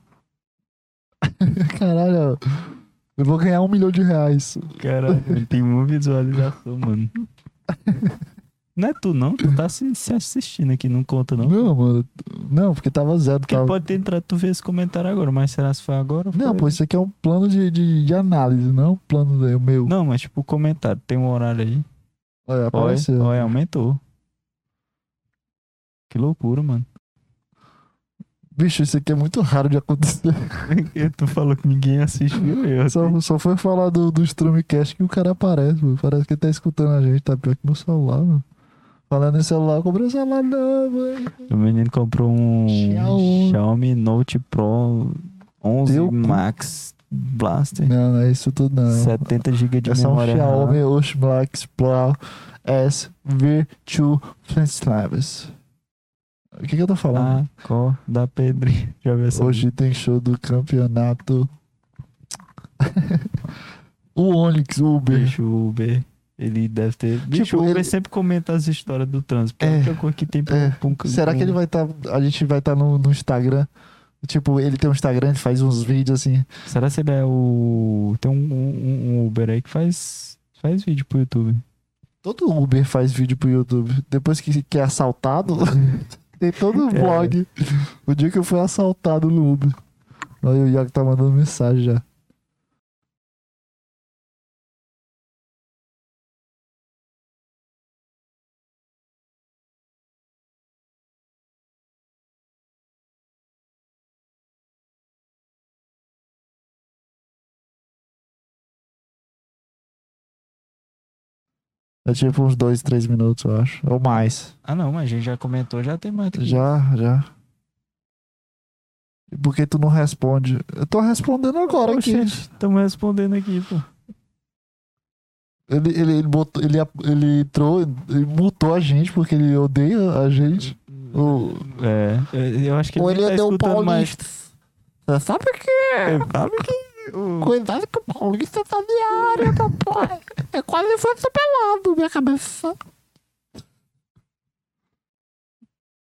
S1: [LAUGHS] Caralho, eu vou ganhar um milhão de reais.
S2: Caralho, mano, tem uma visualização, mano. Não é tu, não? Tu tá se, se assistindo aqui, não conta, não.
S1: Não, mano. Não, porque tava zero.
S2: Porque
S1: Tava...
S2: pode ter entrado, tu vê esse comentário agora, mas será se foi agora? ou
S1: Não,
S2: foi-
S1: pô, isso aqui é um plano de, de, de análise, não é um plano do meu.
S2: Não, mas tipo, o comentário, tem um horário aí.
S1: Olha,
S2: Olha,
S1: apareceu.
S2: olha, aumentou. Que
S1: [LAUGHS]
S2: loucura, mano.
S1: Bicho, isso aqui é muito raro de acontecer.
S2: tu falou que ninguém assistiu eu.
S1: Só, só foi falar do, do Streamcast que o cara aparece, mano. Parece que ele tá escutando a gente, tá pior que meu celular, mano. Falando em celular, eu comprei o celular não, mano.
S2: O menino comprou um
S1: Xiaomi.
S2: Xiaomi Note Pro 11
S1: Teu cu.
S2: Max Blaster.
S1: Não, não é isso tudo, não.
S2: 70 GB de
S1: É só um
S2: memória RAM.
S1: Xiaomi Osh Black Explorer SV2 Flames. O que, que eu tô falando?
S2: Acorda, Pedrinho. Já viu Ah, essa?
S1: Hoje tem show do campeonato. [LAUGHS] o Onix, o Uber.
S2: Bicho, o Uber. Ele deve ter. Bicho,
S1: é Tipo,
S2: o Uber
S1: ele-
S2: sempre comenta as histórias do trânsito. porque É. a
S1: É.
S2: única coisa que tem pra,
S1: É.
S2: pra um-
S1: Será que ele vai estar. a gente vai estar no, no Instagram? Tipo, ele tem um Instagram, ele faz uns vídeos assim.
S2: Será se ele é o. Tem um, um- um Uber aí que faz. Faz vídeo pro YouTube.
S1: Todo Uber faz vídeo pro YouTube. Depois que, que é assaltado, [LAUGHS] tem todo o
S2: É.
S1: vlog. O dia que eu fui assaltado no Uber. Olha, o Iago tá mandando mensagem já. É tipo uns dois, três minutos, eu acho. Ou mais.
S2: Ah, não, mas a gente já comentou, já tem mais. do que-
S1: Já, já. E Por que tu não responde? Eu tô respondendo agora aqui.
S2: Oxente, tamo respondendo aqui, pô.
S1: Ele, ele, ele, botou, ele, ele entrou, ele multou a gente porque ele odeia a gente. O,
S2: É. Eu, eu acho que ele,
S1: ou
S2: nem
S1: ele um
S2: tá
S1: odeia o
S2: escutando mais. É.
S1: paulista. Você sabe que...
S2: Sabe que. o-
S1: Cuidado que o paulista tá diário, rapaz. Eu quase foi atropelado, minha cabeça.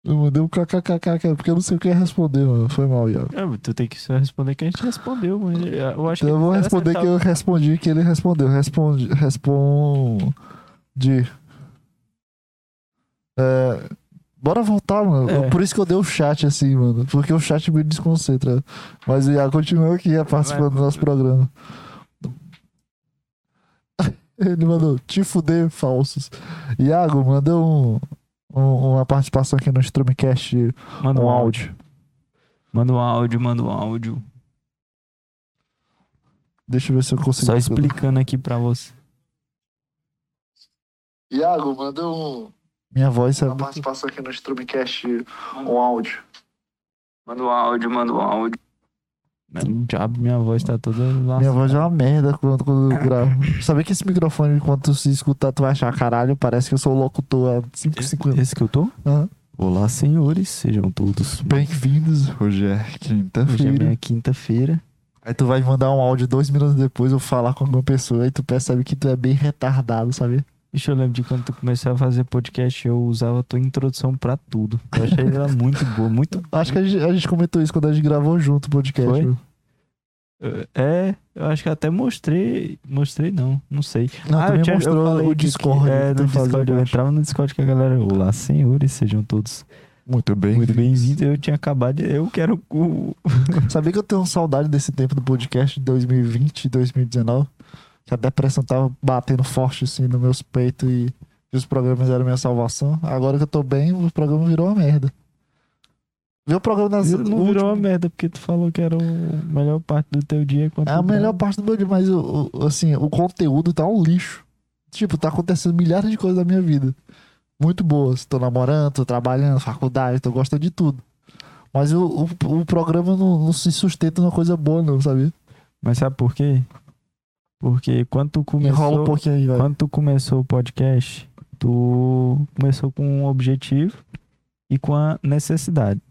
S1: Eu mandei um kkkk, porque eu não sei o que responder, mano. Foi mal, Iago.
S2: Ah, mas tu tem que só responder que a gente respondeu, mas eu acho
S1: Então
S2: que.
S1: eu vou
S2: será se
S1: responder
S2: ele
S1: que eu respondi que ele respondeu. Responde. Responde. É, bora voltar, mano.
S2: É.
S1: Por isso que eu dei o chat assim, mano. Porque o chat me desconcentra. Mas o Iago continua aqui é participando do nosso programa. [LAUGHS] Ele mandou te fuder, falsos. Iago, manda um, um- uma participação aqui no Streamcast,
S2: Manda
S1: um áudio.
S2: Manda um áudio, manda um áudio.
S1: Deixa eu ver se eu consigo.
S2: Só explicando aqui pra você.
S1: Iago, manda um. Minha voz é. Uma participação aqui no Strumcast, um áudio.
S2: Manda um áudio, manda um áudio. Diabo, minha voz tá toda lá.
S1: Minha voz é uma merda quando, quando eu gravo. Sabia que esse microfone, enquanto tu se escutar, tu vai achar caralho? Parece que eu sou o locutor há 5, 5 anos.
S2: Esse que eu tô?
S1: Aham.
S2: Olá, senhores, sejam todos.
S1: Bem-vindos, hoje é
S2: Hoje é
S1: quinta-feira.
S2: minha quinta-feira.
S1: Aí tu vai mandar um áudio dois minutos depois, eu falar com alguma pessoa, aí tu percebe que tu é bem retardado, sabe?
S2: Bicho, eu lembro de quando tu comecei a fazer podcast, eu usava a tua introdução pra tudo. Eu achei
S1: [LAUGHS]
S2: ela muito boa, muito.
S1: Acho que a gente, a gente comentou isso quando a gente gravou junto o podcast.
S2: Foi?
S1: né?
S2: É, eu acho que até mostrei. Mostrei, não, não sei.
S1: Não,
S2: ah,
S1: tu
S2: eu
S1: me
S2: tinha- eu
S1: mostrou
S2: falei
S1: o
S2: que- que-
S1: Discord.
S2: É,
S1: que tu
S2: no
S1: fazia
S2: Discord. Eu
S1: parte.
S2: entrava no Discord com a galera. Olá, senhores, sejam todos
S1: Muito bem.
S2: muito bem-vindos. Eu tinha acabado de. Eu quero. o-
S1: Sabia que eu tenho saudade desse tempo do podcast de 2020 e 2019? Que a depressão tava batendo forte assim nos meus peitos e que os programas eram minha salvação. Agora que eu tô bem, o programa virou uma merda. Viu o programa das
S2: Não virou
S1: o último-
S2: uma merda, porque tu falou que era a melhor parte do teu dia. quando
S1: É a
S2: tu
S1: melhor
S2: tava-
S1: parte do meu dia, mas o, o- assim, o conteúdo tá um lixo. Tipo, tá acontecendo milhares de coisas na minha vida. muito boas. Tô namorando, tô trabalhando, faculdade, tô gostando de tudo. Mas o, o, o programa não, não se sustenta numa coisa boa, não, sabia?
S2: Mas sabe por quê? Porque quando tu
S1: Enrola um
S2: começou,
S1: pouquinho aí, velho.
S2: quando tu começou o podcast, tu começou com um objetivo e com a necessidade.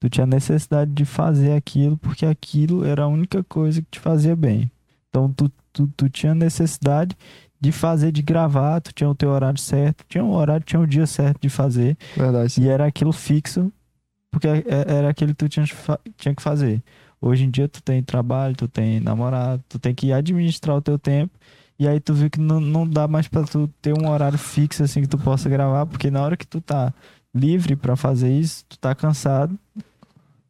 S2: Tu tinha necessidade de fazer aquilo porque aquilo era a única coisa que te fazia bem. Então tu, tu, tu tinha necessidade de fazer, de gravar, tu tinha o teu horário certo, tinha um horário, tinha o dia certo de fazer.
S1: Verdade.
S2: E era aquilo fixo, porque é- era aquilo que tu tinha, que fa- tinha que fazer. Hoje em dia tu tem trabalho, tu tem namorado, tu tem que administrar o teu tempo. E aí tu viu que não, não dá mais pra tu ter um horário fixo assim que tu possa gravar, porque na hora que tu tá livre pra fazer isso, tu tá cansado,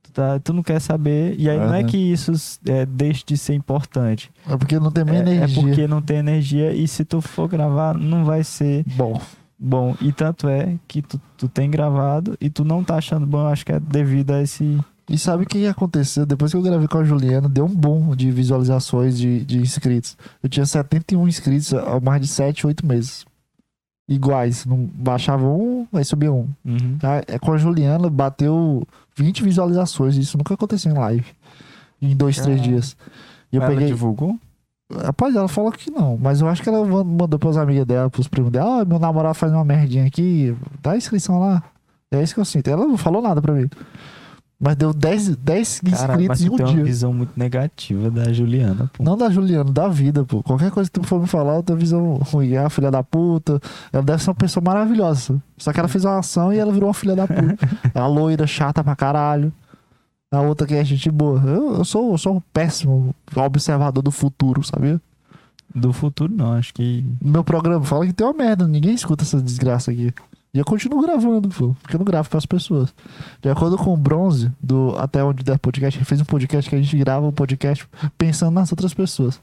S2: tu, tá, tu não quer saber. E aí não é
S1: Aham.
S2: que isso é, deixe de ser importante.
S1: É porque não tem
S2: É,
S1: mais
S2: é
S1: energia.
S2: porque não tem energia e se tu for gravar, não vai ser
S1: Bom,
S2: Bom, e tanto é que tu, tu tem gravado e tu não tá achando bom, eu acho que é devido a esse.
S1: e sabe o que aconteceu? Depois que eu gravei com a Juliana, deu um boom de visualizações de, de inscritos. Eu tinha 71 inscritos há mais de 7, 8 meses. Iguais. Não baixava um, aí subia um.
S2: Uhum.
S1: Tá? É com a Juliana, bateu 20 visualizações. Isso nunca aconteceu em live. Em dois, três
S2: Caralho.
S1: dias. E eu
S2: Ela
S1: peguei.
S2: divulgou?
S1: Rapaz, ela falou que não, mas eu acho que ela man- mandou pras amigas dela, pros primos dela, ó, meu namorado faz uma merdinha aqui, dá a inscrição lá. É isso que eu sinto. Ela não falou nada pra mim. Mas deu 10, 10
S2: Cara, mas então
S1: inscritos em
S2: tu
S1: um
S2: tem uma
S1: dia.
S2: visão muito negativa da Juliana, pô.
S1: Não da Juliana, da vida, pô. Qualquer coisa que tu for me falar, eu tenho visão ruim. Ah, filha da puta. Ela deve ser uma pessoa maravilhosa. Só que ela fez uma ação e ela virou uma filha da
S2: [LAUGHS]
S1: puta. a loira, chata pra caralho. A outra que é gente boa. Eu, eu sou, eu sou um péssimo observador do futuro, sabia?
S2: Do futuro, não, acho que.
S1: No meu programa fala que tem uma merda, ninguém escuta essa desgraça aqui. E eu continuo gravando, pô, porque eu não gravo pras pessoas. De acordo com o Bronze, do Até Onde Der Podcast, ele fez um podcast que a gente grava um podcast pensando nas outras pessoas.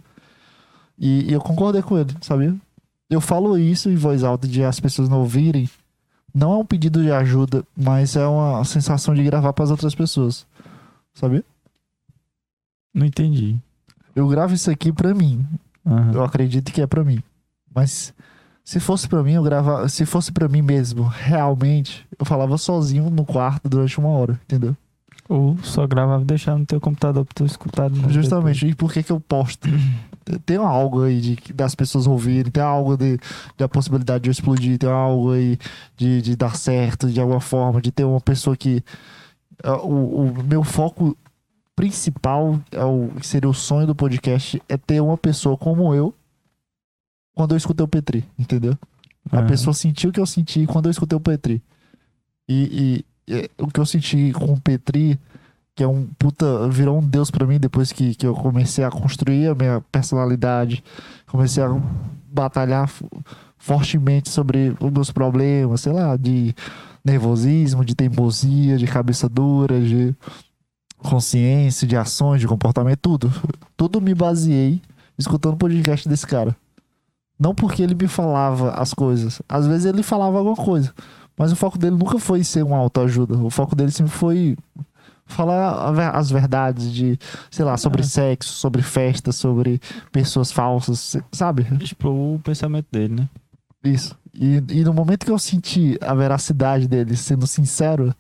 S1: E, e eu concordei com ele, sabia? Eu falo isso em voz alta de as pessoas não ouvirem. Não é um pedido de ajuda, mas é uma sensação de gravar pras outras pessoas. Sabe?
S2: Não entendi.
S1: Eu gravo isso aqui pra mim,
S2: Aham.
S1: eu acredito que é pra mim. Mas se fosse pra mim, eu gravava. Se fosse pra mim mesmo, realmente, eu falava sozinho no quarto durante uma hora, entendeu?
S2: Ou só gravava e deixava no teu computador pra tu escutar. de novo
S1: Justamente. E por que que eu posto? Tem algo aí de, das pessoas ouvirem, tem algo de, da possibilidade de eu explodir, tem algo aí de, de dar certo de alguma forma, de ter uma pessoa que. ah, o, o meu foco principal, é o, que seria o sonho do podcast, é ter uma pessoa como eu quando eu escutei o Petri, entendeu?
S2: depois.
S1: A
S2: Aham.
S1: pessoa sentiu o que eu senti quando eu escutei o Petri. E, e, é, o que eu senti com o Petri, que é um puta. virou um deus pra mim depois que, que eu comecei a construir a minha personalidade, comecei a batalhar fo- fortemente sobre os meus problemas, sei lá, de nervosismo, de teimosia, de cabeça dura, de consciência, de ações, de comportamento, tudo. Tudo me baseei escutando o podcast desse cara. Não porque ele me falava as coisas. Às vezes ele falava alguma coisa. Mas o foco dele nunca foi ser uma autoajuda. O foco dele sempre foi falar a ver- as verdades de, sei lá, sobre
S2: É.
S1: sexo, sobre festa, sobre pessoas falsas, sabe?
S2: Explorou o pensamento dele, né?
S1: Isso. E, e no momento que eu senti a veracidade dele sendo sincero,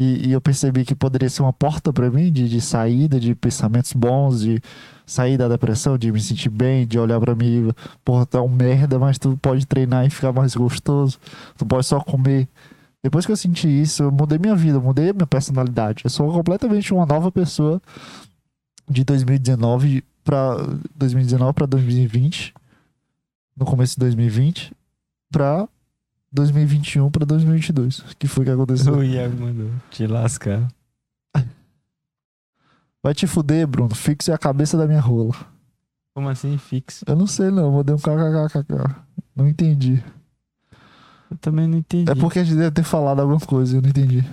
S1: e, e eu percebi que poderia ser uma porta pra mim de, de saída, de pensamentos bons, de sair da depressão, de me sentir bem, de olhar pra mim, porra, tu é um merda, mas tu pode treinar e ficar mais gostoso, tu pode só comer. Depois que eu senti isso, eu mudei minha vida, eu mudei minha personalidade. Eu sou completamente uma nova pessoa de 2019 pra 2019 para 2020 no começo de 2020 pra 2021 pra 2022, que foi que aconteceu.
S2: O Iago mandou te lascar.
S1: Vai te fuder, Bruno, fixe a cabeça da minha rola.
S2: Como assim, fixo?
S1: Eu não sei não, eu mandei um kkkk. Não entendi.
S2: Eu também não entendi.
S1: É porque a gente deve ter falado alguma coisa, eu não entendi.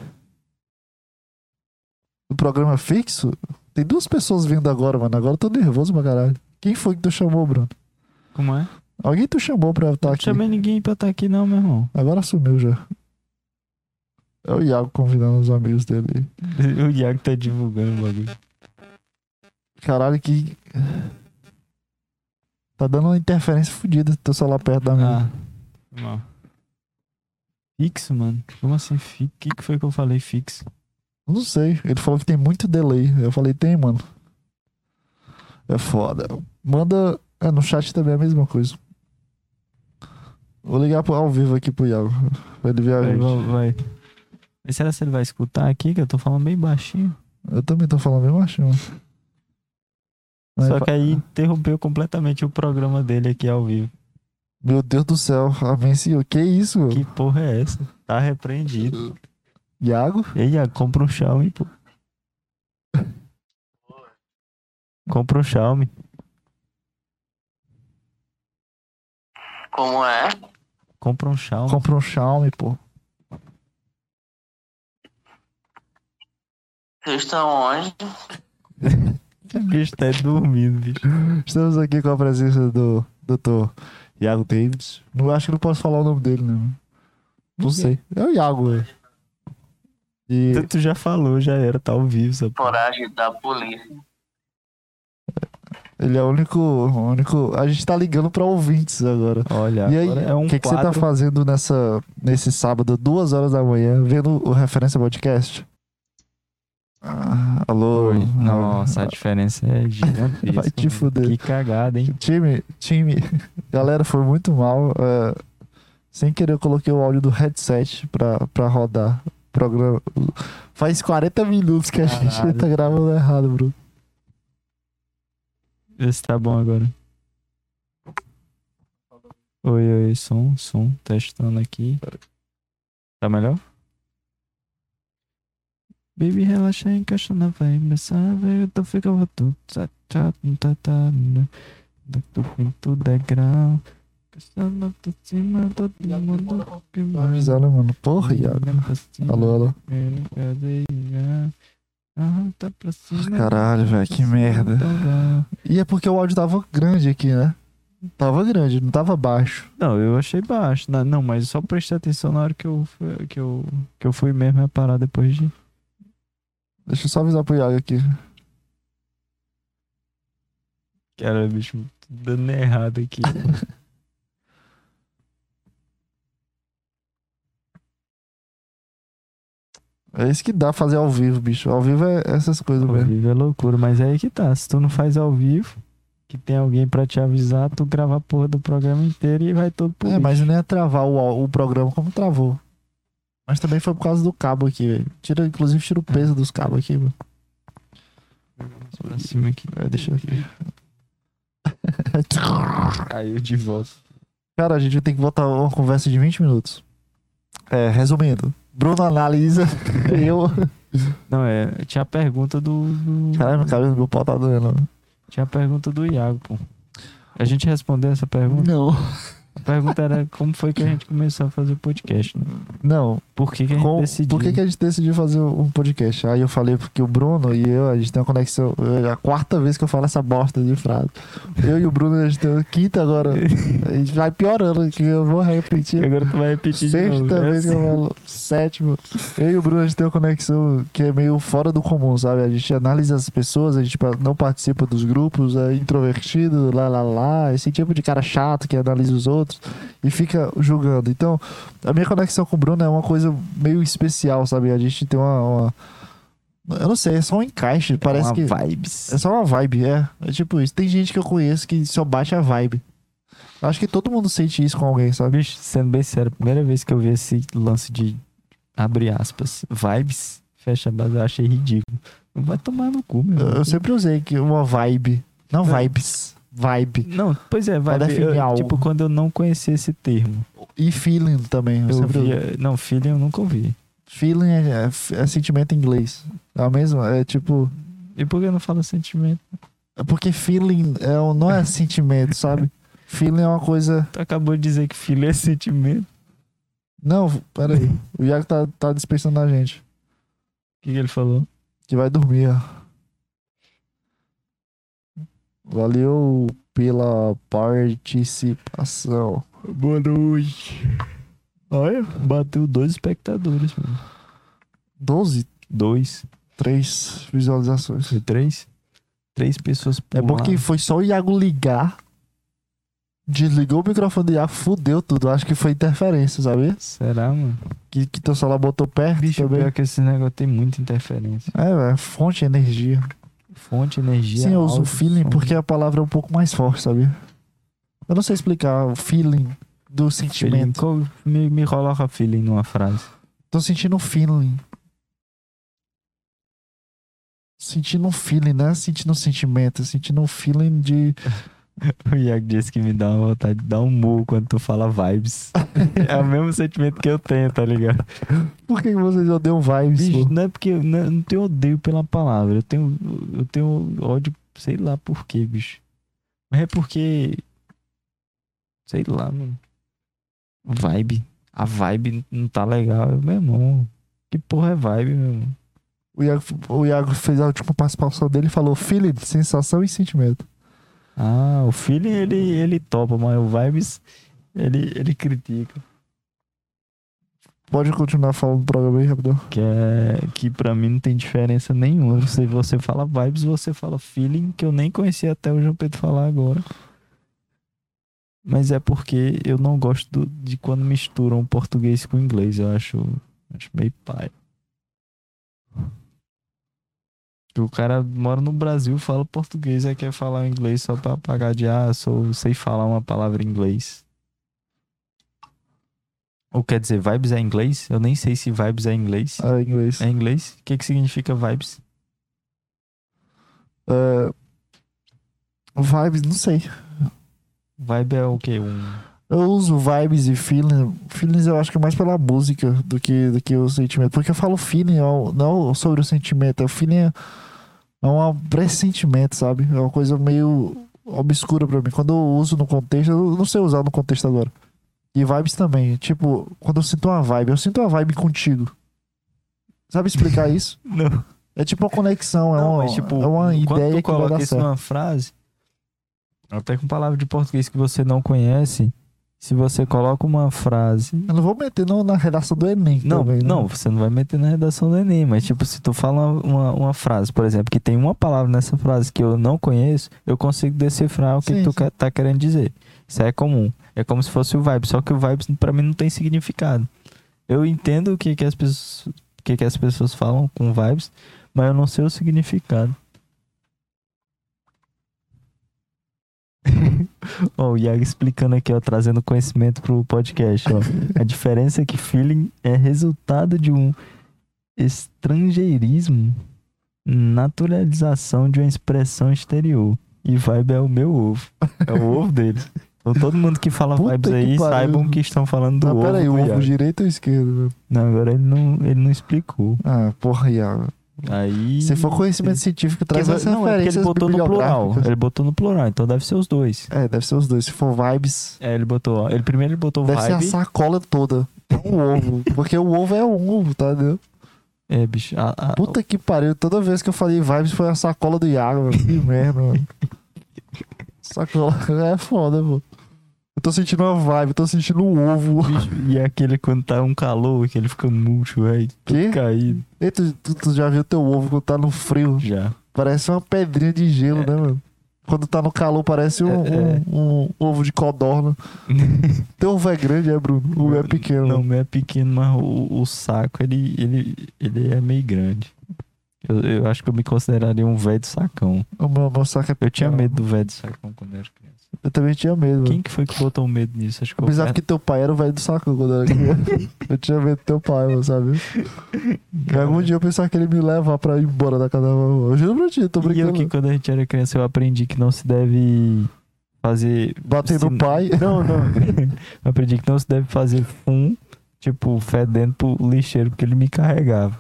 S1: O programa é fixo? Tem duas pessoas vindo agora, mano. Agora eu tô nervoso pra caralho. Quem foi que tu chamou, Bruno?
S2: Como é?
S1: Alguém tu chamou pra eu estar
S2: não
S1: aqui.
S2: chamei ninguém pra estar aqui, não, meu irmão.
S1: Agora sumiu já. É o Iago convidando os amigos dele aí.
S2: [LAUGHS] O Iago tá divulgando o bagulho.
S1: Caralho, que. Ah, Tá dando uma interferência fodida teu celular perto da minha.
S2: Ah, mal. Fixo, mano. Como assim fixo? O que, que foi que eu falei fixo?
S1: Não sei. Ele falou que tem muito delay. Eu falei, tem, mano. É foda. Manda. É, no chat também é a mesma coisa. Vou ligar pro- ao vivo aqui pro Iago. Pra ele ver a
S2: Vai,
S1: gente.
S2: vai, vai. Mas será que ele vai escutar aqui? Que eu tô falando bem baixinho.
S1: Eu também tô falando bem baixinho. mano. Mas
S2: Só
S1: pa-
S2: que aí interrompeu completamente o programa dele aqui ao vivo.
S1: Meu Deus do céu, a venceu. Que isso, mano?
S2: Que porra é essa? Tá repreendido.
S1: Iago?
S2: Ei, Iago, compra um Xiaomi, pô. Compra um Xiaomi.
S3: Como é?
S2: Compra um Xiaomi.
S1: Compra um Xiaomi, pô.
S3: Vocês estão onde?
S2: O
S1: um
S2: bicho tá dormindo, bicho.
S1: Estamos aqui com a presença do doutor Iago Davis. Não acho que não posso falar o nome dele, né? mano? Não sei. É o Iago, velho. E
S2: Então Tu- Tu já falou, já era, tá ao vivo, essa porra.
S3: Coragem da polícia.
S1: ele é o único, o único. A gente tá ligando pra ouvintes agora.
S2: Olha,
S1: e aí,
S2: agora é
S1: o
S2: um
S1: que, que você tá
S2: quadro-
S1: fazendo nessa, nesse sábado, duas horas da manhã, vendo o Referência Podcast? Ah, alô?
S2: Oi, Nossa,
S1: [LAUGHS]
S2: a diferença é gigantesca.
S1: Vai te
S2: mano.
S1: fuder.
S2: Que cagada, hein?
S1: Time, time, [LAUGHS] galera, foi muito mal. é, sem querer, eu coloquei o áudio do headset pra, pra rodar o programa. Faz 40 minutos que a gente
S2: Caralho.
S1: tá gravando errado, Bruno.
S2: Vê se tá bom agora. Oi, oi, som, som, testando aqui. Tá melhor? Baby, relaxa, encaixa na vai começar, velho, então fica o tu, tá, tá, tá, tá, né? Da tu pinto degrau, caçando por cima, todo mundo que
S1: Tô Tá avisando, mano. Porra, Iago. Alô, alô. Caralho, velho, que merda. E é porque o áudio tava grande aqui, né? Tava grande, não tava baixo.
S2: Não, eu achei baixo. Na- Não, mas só prestei atenção na hora que eu fui, que eu, que eu fui mesmo reparar depois de.
S1: Deixa eu só avisar pro Iago aqui.
S2: Cara, bicho, tô dando errado
S1: [LAUGHS]
S2: aqui.
S1: É isso que dá fazer ao vivo, bicho. Ao vivo é essas coisas
S2: ao
S1: mesmo.
S2: vivo é loucura, mas é aí que tá. Se tu não faz ao vivo, que tem alguém pra te avisar, tu grava a porra do programa inteiro e vai todo pro.
S1: É,
S2: lixo.
S1: mas não ia travar o, au- o programa como travou. Mas também foi por causa do cabo aqui, velho. Tira, inclusive, tira o peso dos cabos aqui, mano. [LAUGHS]
S2: Pra cima aqui.
S1: É, deixa eu aqui.
S2: Caiu de volta.
S1: Cara, a gente tem que botar uma conversa de 20 minutos. É, resumindo. Bruno [LAUGHS] analisa. eu.
S2: Não, é. Tinha a pergunta do. do-
S1: Caralho, meu cabelo do meu pau tá doendo.
S2: Tinha a pergunta do Iago, pô. A gente respondeu essa pergunta?
S1: Não.
S2: A pergunta era como foi que a gente começou a fazer o podcast, né?
S1: Não.
S2: Por que, que a gente
S1: Com-
S2: decidiu?
S1: por que, que a gente decidiu fazer um podcast? Aí eu falei, porque o Bruno e eu, a gente tem uma conexão. É a quarta vez que eu falo essa bosta de frase. Eu e o Bruno, a gente tem a quinta
S2: [LAUGHS]
S1: agora. A gente vai piorando, que eu vou repetir.
S2: E agora tu vai repetir de novo.
S1: Sexta
S2: É
S1: vez que eu
S2: assim.
S1: falo, sétimo. Eu e o Bruno, a gente tem uma conexão que é meio fora do comum, sabe? A gente analisa as pessoas, a gente pa- não participa dos grupos, é introvertido, lá, lá, lá. Esse tipo de cara chato que analisa os outros e fica julgando. Então, a minha conexão com o Bruno é uma coisa meio especial, sabe? A gente tem uma... uma- Eu não sei, é só um encaixe, parece
S2: Uma
S1: que...
S2: vibes.
S1: É só uma vibe, é. É tipo isso. Tem gente que eu conheço que só bate a vibe. Acho que todo mundo sente isso com alguém, sabe?
S2: Bicho, sendo bem sério, a primeira vez que eu vi esse lance de abre aspas, vibes, fecha aspas, eu achei ridículo. Vai tomar no cu, meu.
S1: Eu, eu
S2: irmão.
S1: sempre usei que uma vibe. Não
S2: Não.
S1: vibes. Vibe.
S2: Não, pois é, vai
S1: definir algo.
S2: Tipo, quando eu não conhecia esse termo.
S1: E feeling também. Eu
S2: Eu
S1: sempre usei.
S2: via. Não, feeling eu nunca ouvi.
S1: Feeling é, é- é sentimento em inglês. É a mesma. É tipo.
S2: E por que eu não falo sentimento?
S1: É porque feeling é, um-
S2: [LAUGHS]
S1: não é sentimento, sabe? Feeling é uma coisa.
S2: Tu acabou de dizer que feeling é sentimento.
S1: Não, peraí. O Iago tá, tá dispensando a gente.
S2: O que, que ele falou?
S1: Que vai dormir, ó. Valeu pela participação.
S2: Boa noite. Olha, bateu dois espectadores, mano.
S1: 12,
S2: Dois.
S1: 3 visualizações.
S2: Foi três? Três pessoas
S1: É bom
S2: pularam.
S1: que foi só o Iago ligar desligou o microfone de ar, fudeu tudo. Acho que foi interferência, sabia?
S2: Será, mano?
S1: Que, que teu celular botou perto
S2: Bicho,
S1: também.
S2: pior que esse negócio tem muita interferência.
S1: É, velho, fonte de energia.
S2: Fonte, energia.
S1: Sim, eu uso
S2: áudio,
S1: feeling
S2: som.
S1: porque a palavra é um pouco mais forte, sabia? Eu não sei explicar o feeling do é
S2: Feeling.
S1: sentimento.
S2: Co- Me, me coloca feeling numa frase.
S1: Tô sentindo um feeling. Sentindo um feeling, né? Sentindo um sentimento. Sentindo um feeling de.
S2: O Iago disse que me dá uma vontade de dar um mu quando tu fala vibes. [LAUGHS] é o mesmo sentimento que eu tenho, tá ligado?
S1: Por que que vocês odeiam vibes?
S2: Bicho,
S1: pô?
S2: não é porque eu não, eu não tenho odeio pela palavra. Eu tenho, eu tenho ódio, sei lá por quê, bicho. Mas é porque. Sei lá, mano. Vibe. A vibe não tá legal. Eu, Meu irmão, que porra é vibe, meu irmão?
S1: O Iago, o Iago fez a última participação dele e falou feeling, sensação e sentimento.
S2: Ah, o feeling ele, ele topa, mas o vibes ele, ele critica.
S1: Pode continuar falando do programa aí, rapidão.
S2: Que, é, que pra mim não tem diferença nenhuma. Se você fala vibes, você fala feeling, que eu nem conhecia até o João Pedro falar agora. Mas é porque eu não gosto do- de quando misturam o português com o inglês. Eu acho, acho meio pai. O cara mora no Brasil, fala português, aí quer falar inglês só pra pagar de ah, sou, sei falar uma palavra em inglês. Ou quer dizer, vibes é inglês? Eu nem sei se vibes é inglês.
S1: Ah, em inglês.
S2: É em inglês? O que, que significa vibes?
S1: É, Vibes, não sei.
S2: Vibe é o quê? Um...
S1: Eu uso vibes e feeling. Feelings eu acho que é mais pela música do que, do que o sentimento. Porque eu falo feeling, eu- não sobre o sentimento. O feeling é, é um pressentimento, sabe? É uma coisa meio obscura pra mim. Quando eu uso no contexto, eu não sei usar no contexto agora. E vibes também. Tipo, quando eu sinto uma vibe, eu sinto uma vibe contigo. Sabe
S2: [LAUGHS]
S1: explicar isso?
S2: Não,
S1: É tipo uma conexão, é,
S2: não,
S1: uma,
S2: mas tipo,
S1: é uma
S2: quando
S1: ideia
S2: tu
S1: que vai
S2: coloca
S1: dar
S2: isso
S1: certo.
S2: numa frase, até com palavra de português que você não conhece, se você coloca uma frase.
S1: Eu não vou meter não na redação do Enem.
S2: Não,
S1: também, né?
S2: não, você não vai meter na redação do Enem, mas tipo, se tu fala uma, uma frase, por exemplo, que tem uma palavra nessa frase que eu não conheço, eu consigo decifrar o que,
S1: Sim,
S2: que tu
S1: sim.
S2: quer- tá querendo dizer. Isso é comum. É como se fosse o vibe, só que o vibe pra mim não tem significado. Eu entendo o que, que, as, pessoas, o que, que as pessoas falam com vibes, mas eu não sei o significado. Ó, o Iago explicando aqui, ó, trazendo conhecimento pro podcast,
S1: [LAUGHS]
S2: ó. A diferença é que feeling é resultado de um estrangeirismo, naturalização de uma expressão exterior. E vibe é o
S1: [LAUGHS]
S2: meu ovo. É o ovo deles. Então todo mundo que fala
S1: Puta
S2: vibes
S1: que
S2: aí,
S1: pariu.
S2: saibam que estão falando do
S1: Mas
S2: ovo.
S1: peraí,
S2: do
S1: o ovo
S2: Iago.
S1: direito ou esquerdo? Meu?
S2: Não, agora ele não, ele não explicou.
S1: Ah, porra, Iago.
S2: Aí.
S1: Se for conhecimento científico, traz
S2: Porque
S1: as
S2: vai- não, é porque
S1: referências
S2: ele botou no plural.
S1: bibliográficas.
S2: Ele botou no plural, então deve ser os dois.
S1: É, deve ser os dois. Se for vibes,
S2: É, ele botou, ó. Ele primeiro ele botou
S1: deve ser a
S2: vibe.
S1: sacola toda. É um ovo. [LAUGHS] Porque o ovo é um ovo, tá entendendo?
S2: É, bicho. a- a-
S1: Puta que pariu. Toda vez que eu falei vibes foi a sacola do Iago, mano. Que merda,
S2: [LAUGHS]
S1: mano. Sacola é foda, pô. Eu tô sentindo uma vibe, eu tô sentindo um ovo.
S2: bicho, e é aquele quando tá um calor, que ele fica murcho, velho.
S1: Que?
S2: Caído.
S1: Ei, tu, tu- tu já viu teu ovo quando tá no frio? [LAUGHS]
S2: Já.
S1: Parece uma pedrinha de gelo,
S2: É.
S1: né, mano? Quando tá no calor, parece um,
S2: É, é.
S1: um- um ovo de codorna. Teu ovo é grande, é, Bruno? O meu é pequeno.
S2: Não, o meu é pequeno, mas o, o saco, ele, ele, ele é meio grande. Eu, eu acho que eu me consideraria um velho de sacão.
S1: O meu, meu saco é
S2: Eu tinha
S1: Não.
S2: medo do velho de sacão quando era criança.
S1: Eu também tinha medo. mano.
S2: Quem que foi que botou medo nisso? Acho que
S1: Eu
S2: foi o
S1: pensava que teu pai era o velho do saco quando eu era
S2: [LAUGHS]
S1: criança. eu tinha medo do teu pai, mano, sabe? E algum dia eu pensava que ele me leva pra ir embora da casa da vovó. Eu juro pra ti, eu tô
S2: E eu
S1: brincando.
S2: que quando a gente era criança eu aprendi que não se deve fazer. [LAUGHS]
S1: Bater no
S2: se-
S1: pai.
S2: Não, não.
S1: [LAUGHS]
S2: eu aprendi que não se deve fazer fum, tipo, fedendo pro lixeiro, porque ele me carregava.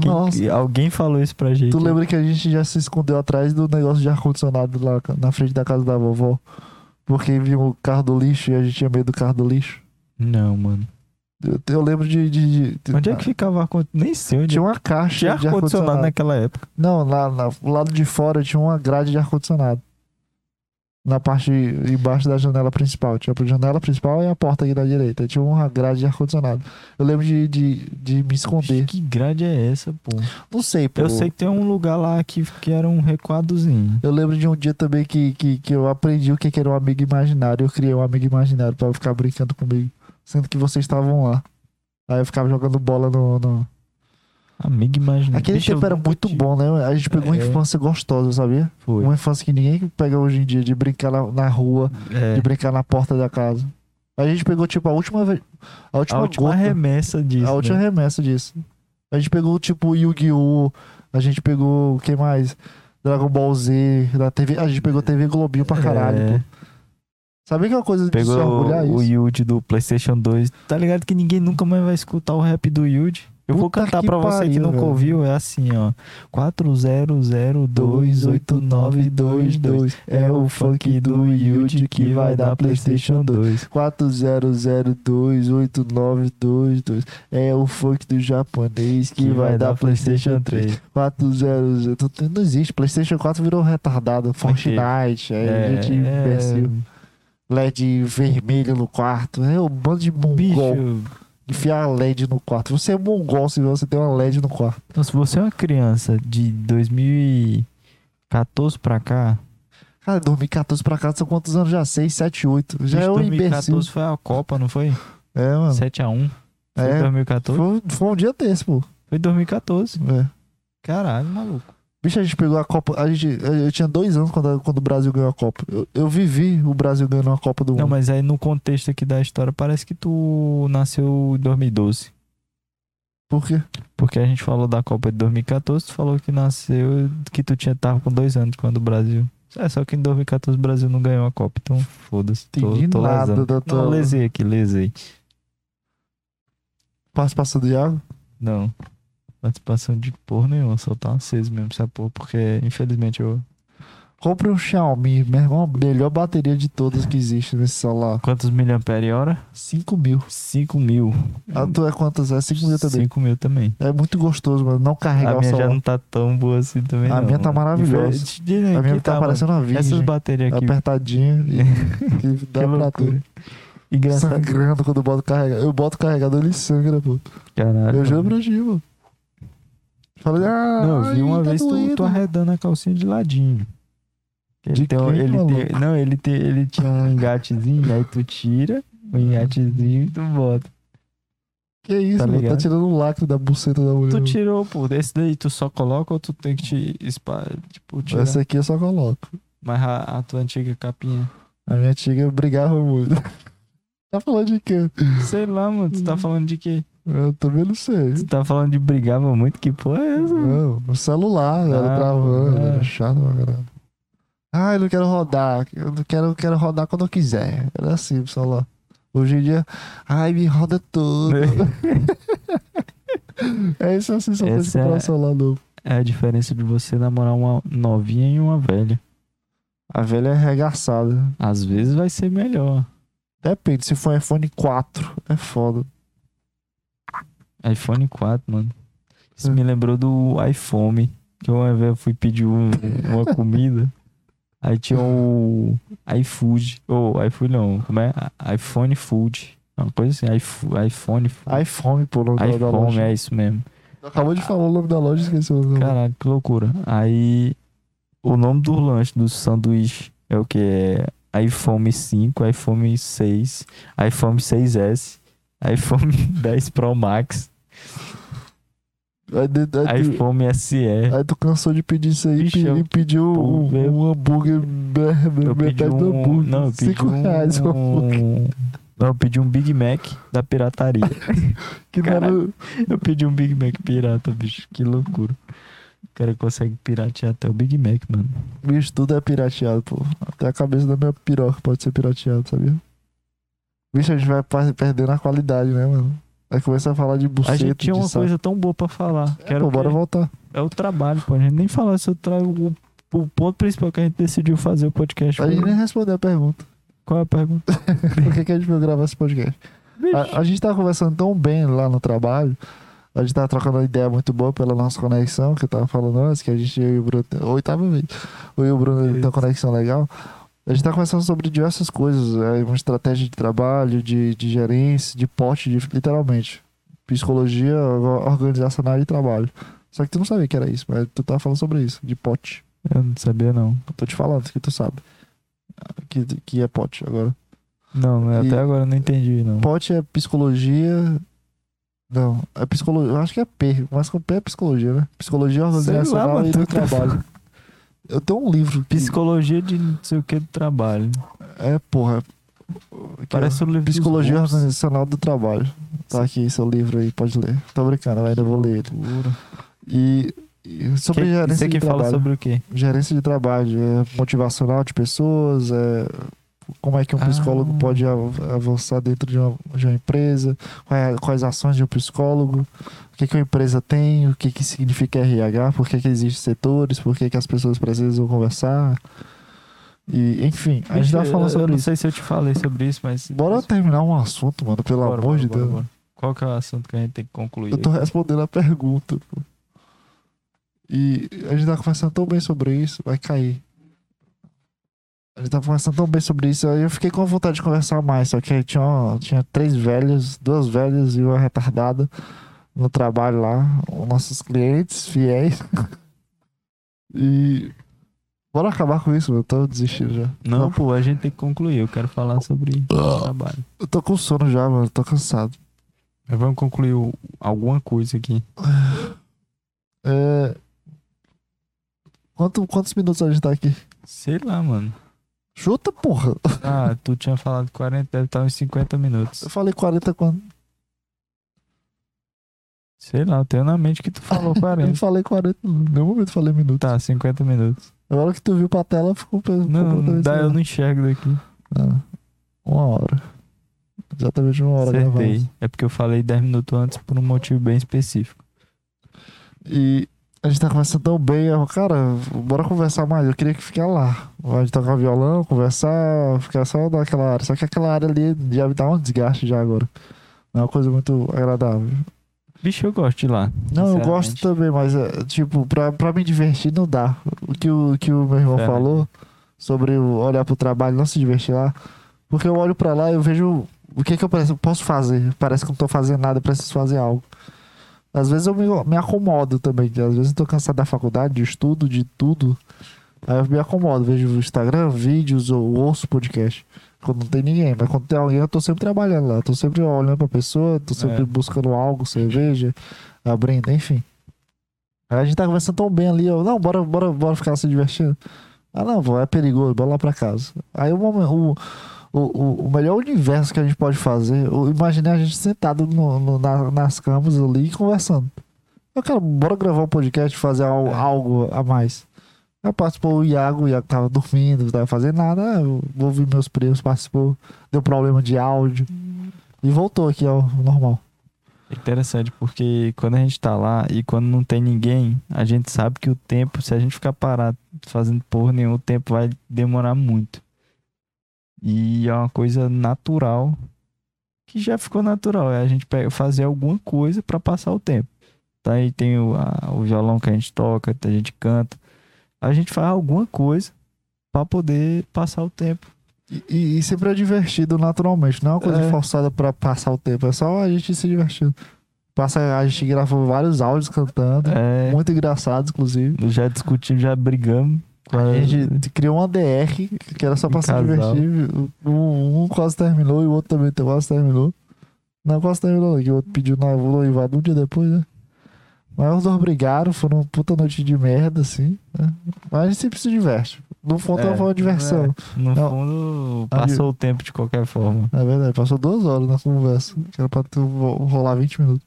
S2: Quem-
S1: Nossa.
S2: que- é? alguém falou isso pra gente.
S1: Tu
S2: né?
S1: lembra que a gente já se escondeu atrás do negócio de ar-condicionado lá na frente da casa da vovó? Porque vinha o carro do lixo e a gente tinha medo do carro do lixo.
S2: Não, mano.
S1: Eu, eu lembro de. de- de-
S2: Onde é que ficava o ar-condicionado? Nem sei onde
S1: tá- Tinha uma caixa
S2: Tinha
S1: de ar-condicionado.
S2: ar-condicionado naquela época.
S1: Não, lá, lá, do lado de fora tinha uma grade de ar-condicionado. na parte embaixo da janela principal. Tipo, a janela principal é a porta aqui da direita. Tinha uma grade de ar-condicionado. Eu lembro de, de, de me esconder.
S2: Que grade é essa, pô?
S1: Não sei, pô.
S2: Eu sei que tem um lugar lá que, que era um recuadozinho.
S1: Eu lembro de um dia também que, que, que eu aprendi o que que era um amigo imaginário. Eu criei um amigo imaginário pra ficar brincando comigo. Sendo que vocês estavam lá. Aí eu ficava jogando bola no. no-
S2: Amigo imaginário.
S1: Aquele
S2: Bicho, Hum, eu
S1: tempo era
S2: nunca
S1: muito
S2: tive.
S1: bom, né? A gente pegou uma
S2: É.
S1: infância gostosa, sabia?
S2: Foi.
S1: Uma infância que ninguém pega hoje em dia, de brincar na, na rua,
S2: É.
S1: de brincar na porta da casa. A gente pegou, tipo, a última vez. A última,
S2: A última
S1: gota.
S2: remessa disso.
S1: a última
S2: né?
S1: remessa disso. A gente pegou, tipo, Yu-Gi-Oh! A gente pegou, o que mais? Dragon Ball Z, da TV, a gente pegou TV Globinho pra caralho,
S2: É.
S1: pô. Sabia que é uma coisa de se
S2: Pegou
S1: orgulhar
S2: o
S1: isso?
S2: Yude do PlayStation 2. Tá ligado que ninguém nunca mais vai escutar o rap do Yude? Eu vou
S1: Puta
S2: cantar
S1: que
S2: pra você que
S1: pariu,
S2: nunca
S1: velho.
S2: ouviu. É assim, ó. 40028922 é o funk do Yude que vai dar PlayStation 2.
S1: 400289222 é o funk do japonês que, vai, dar PlayStation 3. 400. tu- tu- Não existe. PlayStation 4 virou retardado. Fortnite, é, gente imbecil.
S2: é.
S1: LED vermelho no quarto. É um bando de mongol.
S2: Bicho,
S1: Enfiar LED no quarto. Você é mongol se você tem uma LED no quarto.
S2: então se você é uma criança de 2014 pra cá,
S1: Cara, 2014 pra cá são quantos anos já? 6, 7, 8. Já
S2: bicho,
S1: é um imbecil.
S2: 2014 foi a Copa, não foi?
S1: É, mano.
S2: 7x1. Foi
S1: É.
S2: 2014?
S1: Foi, foi um dia desse, pô.
S2: Foi 2014.
S1: É.
S2: Caralho, maluco.
S1: Bicho, a gente pegou a Copa. A gente, eu eu tinha dois anos quando, quando o Brasil ganhou a Copa. Eu, eu vivi o Brasil ganhando a Copa do
S2: Não,
S1: Mundo.
S2: mas aí no contexto aqui da história, parece que tu nasceu em 2012.
S1: Por quê?
S2: Porque a gente falou da Copa de 2014, tu falou que nasceu, que tu tinha, tava com dois anos quando o Brasil. É, só que em 2014 o Brasil não ganhou a Copa, então foda-se. Tô,
S1: Entendi
S2: tô
S1: nada
S2: lesando.
S1: da tua-
S2: Não, lesei aqui, lesei.
S1: Participação do Iago?
S2: Não. Participação de porra nenhuma, só tá aceso mesmo essa porra, porque infelizmente eu.
S1: Compre um Xiaomi, meu irmão. Melhor bateria de todas que existe nesse celular.
S2: Quantos miliamperes hora?
S1: 5 mil.
S2: 5 mil.
S1: A tua é quantas? É 5 mil também.
S2: 5 mil também.
S1: É muito gostoso, mano. Não carregar
S2: A
S1: o
S2: minha já
S1: celular.
S2: não tá tão boa assim também.
S1: A
S2: não,
S1: minha tá
S2: mano.
S1: maravilhosa.
S2: Infe- de- de-
S1: A minha
S2: que
S1: tá parecendo uma virgem.
S2: Essas baterias aqui.
S1: Apertadinha.
S2: [LAUGHS]
S1: E, que dá
S2: que
S1: pra
S2: loucura.
S1: tudo.
S2: Engraçado.
S1: Sangrando quando eu boto carregador. Eu boto carregador, ele sangra, pô.
S2: Caralho.
S1: Eu juro
S2: mano.
S1: pra ti, mano. Falei, ah,
S2: Não, eu vi uma
S1: tá
S2: vez tu,
S1: doendo.
S2: tu arredando a calcinha de ladinho. Ele
S1: De
S2: tem um-
S1: quem,
S2: ele tem-
S1: maluco?
S2: Não, ele, tem, ele tinha um engatezinho, aí tu tira o engatezinho e tu bota.
S1: Que isso,
S2: Tá
S1: mano? Tá
S2: ligado?
S1: tirando o lacre da buceta da mulher.
S2: Tu
S1: mano.
S2: tirou, pô. Esse daí tu só coloca ou tu tem que te. espa- Tipo, tirar.
S1: Essa aqui eu só coloco.
S2: Mas a, a tua antiga capinha.
S1: A minha tia brigava muito. [LAUGHS] tá falando de quê?
S2: Sei lá, mano. Tu tá
S1: Uhum.
S2: falando de quê?
S1: Eu também não sei.
S2: Tu tá falando de brigava muito? Que porra é essa? mano?
S1: Não, o celular,
S2: Ah,
S1: era travando,
S2: é.
S1: era chato pra caralho. Ah, eu não quero rodar. Eu não quero, eu quero rodar quando eu quiser. Era assim, o celular. Hoje em dia, ai, me roda
S2: [LAUGHS]
S1: tudo. é isso assim, só pra
S2: Essa
S1: comprar
S2: é-
S1: um celular novo.
S2: É a diferença de você namorar uma novinha e uma velha.
S1: A velha é arregaçada.
S2: Às vezes vai ser melhor.
S1: Depende, se for iPhone 4, é foda.
S2: iPhone 4, mano. Isso me lembrou do iPhone. Que uma vez eu fui pedir um- uma comida. Aí tinha o iFood. Ou iFood não. Como é? A- iPhone Food. Uma coisa assim. iFo- iPhone Food.
S1: iPhone, pô, o nome da- da
S2: iPhone,
S1: loja.
S2: é isso mesmo.
S1: Acabou de falar o nome da loja, esqueci o nome.
S2: Caralho, que loucura. Aí, o nome do lanche, do sanduíche, é o que? É iPhone 5, iPhone 6, iPhone 6S, iPhone [LAUGHS] 10 Pro Max,
S1: Aí, É de- aí tu-
S2: iPhone SE.
S1: aí tu cansou de pedir isso aí
S2: Bicho,
S1: pe- e
S2: eu-
S1: pediu um,
S2: Pô,
S1: um hambúrguer, me-
S2: Eu pedi
S1: metade do
S2: um...
S1: hambúrguer.
S2: Não, eu pedi
S1: 5 reais o hambúrguer.
S2: um... Não, eu pedi um Big Mac
S1: [LAUGHS]
S2: da pirataria.
S1: Que não era-
S2: Caralho. Eu pedi um Big Mac pirata, bicho. Que loucura. O cara consegue piratear até o Big Mac, mano.
S1: Bicho, tudo é pirateado, pô. Até a cabeça da minha piroca pode ser pirateada, sabia? Bicho, a gente vai pa- perdendo a qualidade, né, mano? Aí começa a falar de
S2: A
S1: buceta,
S2: gente tinha
S1: de
S2: uma
S1: saco.
S2: coisa tão boa pra falar.
S1: É,
S2: Quero
S1: pô, bora
S2: que-
S1: voltar.
S2: É o trabalho, pô. A gente nem falou se eu trago o, o ponto principal que a gente decidiu fazer o podcast.
S1: A
S2: foi-
S1: gente nem respondeu a pergunta.
S2: Qual é a pergunta?
S1: Por que, que a gente veio gravar esse podcast? A, a gente tava conversando tão bem lá no trabalho. A gente tava trocando uma ideia muito boa pela nossa conexão, que eu tava falando antes, que a gente eu e o Bruno. Oitava vez. Eu e o Bruno tem uma conexão legal. A gente tá conversando sobre diversas coisas, é, uma estratégia de trabalho, de, de gerência, de porte, de, literalmente. Psicologia or- organizacional e trabalho. Só que tu não sabia que era isso, mas tu tava falando sobre isso, de pote.
S2: Eu não sabia, não.
S1: Eu tô te falando que tu sabe. Que, que é pote agora.
S2: Não, né?
S1: E-
S2: até agora eu não entendi, não.
S1: Pote é psicologia. Não, é psicologia. Eu acho que é P, mas com P é psicologia, né? Psicologia organizacional
S2: mano,
S1: e
S2: tu
S1: do
S2: tá
S1: trabalho. Eu tenho um livro que
S2: [LAUGHS] Psicologia de não sei o que do trabalho.
S1: é, porra. que é
S2: Parece o livro dos
S1: Psicologia né?
S2: Wolves.
S1: Organizacional do Trabalho. Tá aqui seu livro aí, pode ler. Tô brincando, ainda vou ler ele.
S2: Loucura.
S1: E, e sobre
S2: Que-
S1: gerência
S2: Você
S1: de
S2: que fala
S1: trabalho.
S2: sobre o quê?
S1: Gerência de trabalho, é motivacional de pessoas, é como é que um
S2: Ah.
S1: psicólogo pode av- avançar dentro de uma, de uma empresa, quais, quais ações de um psicólogo, o que, que uma empresa tem, o que, que significa RH, por que, que existem setores, por que, que as pessoas precisam conversar. E, enfim, a gente
S2: Bicho,
S1: tá
S2: eu-
S1: falando
S2: Eu
S1: sobre
S2: não
S1: isso.
S2: sei se eu te falei sobre isso, mas.
S1: Bora terminar um assunto, mano, pelo
S2: Bora,
S1: amor
S2: bora,
S1: de
S2: bora,
S1: Deus.
S2: bora. Qual que é o assunto que a gente tem que concluir?
S1: Eu tô respondendo a pergunta, pô. E a gente tá conversando tão bem sobre isso, vai cair. A gente tá conversando tão bem sobre isso, aí eu fiquei com vontade de conversar mais, só que aí tinha, uma- tinha três velhos, duas velhas e uma retardada no trabalho lá, os nossos clientes fiéis. [LAUGHS] E. Bora acabar com isso, meu, eu tô desistindo já.
S2: Não, pô, a gente tem que concluir. Eu quero falar sobre o trabalho.
S1: Eu tô com sono já, mano, tô cansado.
S2: Mas vamos concluir o- alguma coisa aqui.
S1: É... Quanto, quantos minutos a gente tá aqui?
S2: Sei lá, mano.
S1: Chuta, porra!
S2: Ah, tu tinha falado 40, deve estar uns 50 minutos.
S1: Eu falei 40 quando?
S2: Sei lá, eu tenho na mente que tu
S1: [LAUGHS]
S2: falou
S1: Eu não
S2: 40.
S1: falei 40, no meu momento eu falei minuto.
S2: tá, 50 minutos.
S1: Agora que tu viu pra tela, ficou pe-
S2: Não, não
S1: completamente
S2: dá, eu
S1: errado.
S2: não enxergo daqui.
S1: Ah, Uma hora. Exatamente uma hora
S2: Acertei.
S1: gravada.
S2: É porque eu falei 10 minutos antes por um motivo bem específico.
S1: E a gente tá conversando tão bem. Eu, cara, bora conversar mais. Eu queria que ficar lá. A gente tocar violão, conversar, ficar só naquela área. Só que aquela área ali já me dá um desgaste já agora. Não é uma coisa muito agradável.
S2: Bicho, eu gosto de lá.
S1: Não, eu
S2: sinceramente.
S1: gosto também, mas, é, tipo, pra, pra me divertir não dá. O que o, que o meu irmão
S2: Certo.
S1: falou sobre o olhar pro trabalho e não se divertir lá. Porque eu olho pra lá e eu vejo o que, que eu parece- posso fazer. Parece que eu não tô fazendo nada, eu preciso fazer algo. Às vezes eu me, me acomodo também. Às vezes eu tô cansado da faculdade, de estudo, de tudo. Aí eu me acomodo, vejo o Instagram, vídeos ou ouço podcast. Quando não tem ninguém, mas quando tem alguém, eu tô sempre trabalhando lá. Tô sempre olhando pra pessoa, tô sempre
S2: É.
S1: buscando algo, cerveja, abrindo, enfim. Aí a gente tá conversando tão bem ali, eu, não, bora, bora, bora ficar se divertindo. Ah, não, vô, é perigoso, bora lá pra casa. Aí o, momen- o, o, o- o melhor universo que a gente pode fazer, eu imaginei a gente sentado no- no- na- nas camas ali e conversando. Eu, cara, bora gravar um podcast, fazer al-
S2: É.
S1: algo a mais. Aí participou o Iago, o Iago tava dormindo, não tava fazendo nada, ah, eu vou ouvir meus primos, participou, deu problema de áudio. E voltou aqui ao normal.
S2: Interessante, porque quando a gente tá lá e quando não tem ninguém, a gente sabe que o tempo, se a gente ficar parado fazendo porra nenhuma, o tempo vai demorar muito. E é uma coisa natural que já ficou natural, é a gente pega, fazer alguma coisa pra passar o tempo. Tá aí tem o, a- o violão que a gente toca, a gente canta. A gente faz alguma coisa pra poder passar o tempo.
S1: E, e- e sempre é divertido naturalmente, não é uma coisa
S2: É.
S1: forçada pra passar o tempo, é só a gente se divertindo. Passa, a gente gravou vários áudios cantando,
S2: É,
S1: muito engraçados, inclusive.
S2: já discutimos, já brigamos. com
S1: A gente criou uma DR que era só pra
S2: Um
S1: se
S2: casal.
S1: divertir. Um, um quase terminou e o outro também quase terminou. Não, quase terminou, não, que o outro pediu na noivado um dia depois, né? Mas os dois brigaram, foram uma puta noite de merda, assim. né? Mas a gente sempre se diverte. No fundo,
S2: É,
S1: é, uma diversão.
S2: No
S1: Não.
S2: fundo, passou o tempo de qualquer forma.
S1: É verdade, passou duas horas na conversa, que era pra tu vo- rolar 20 minutos.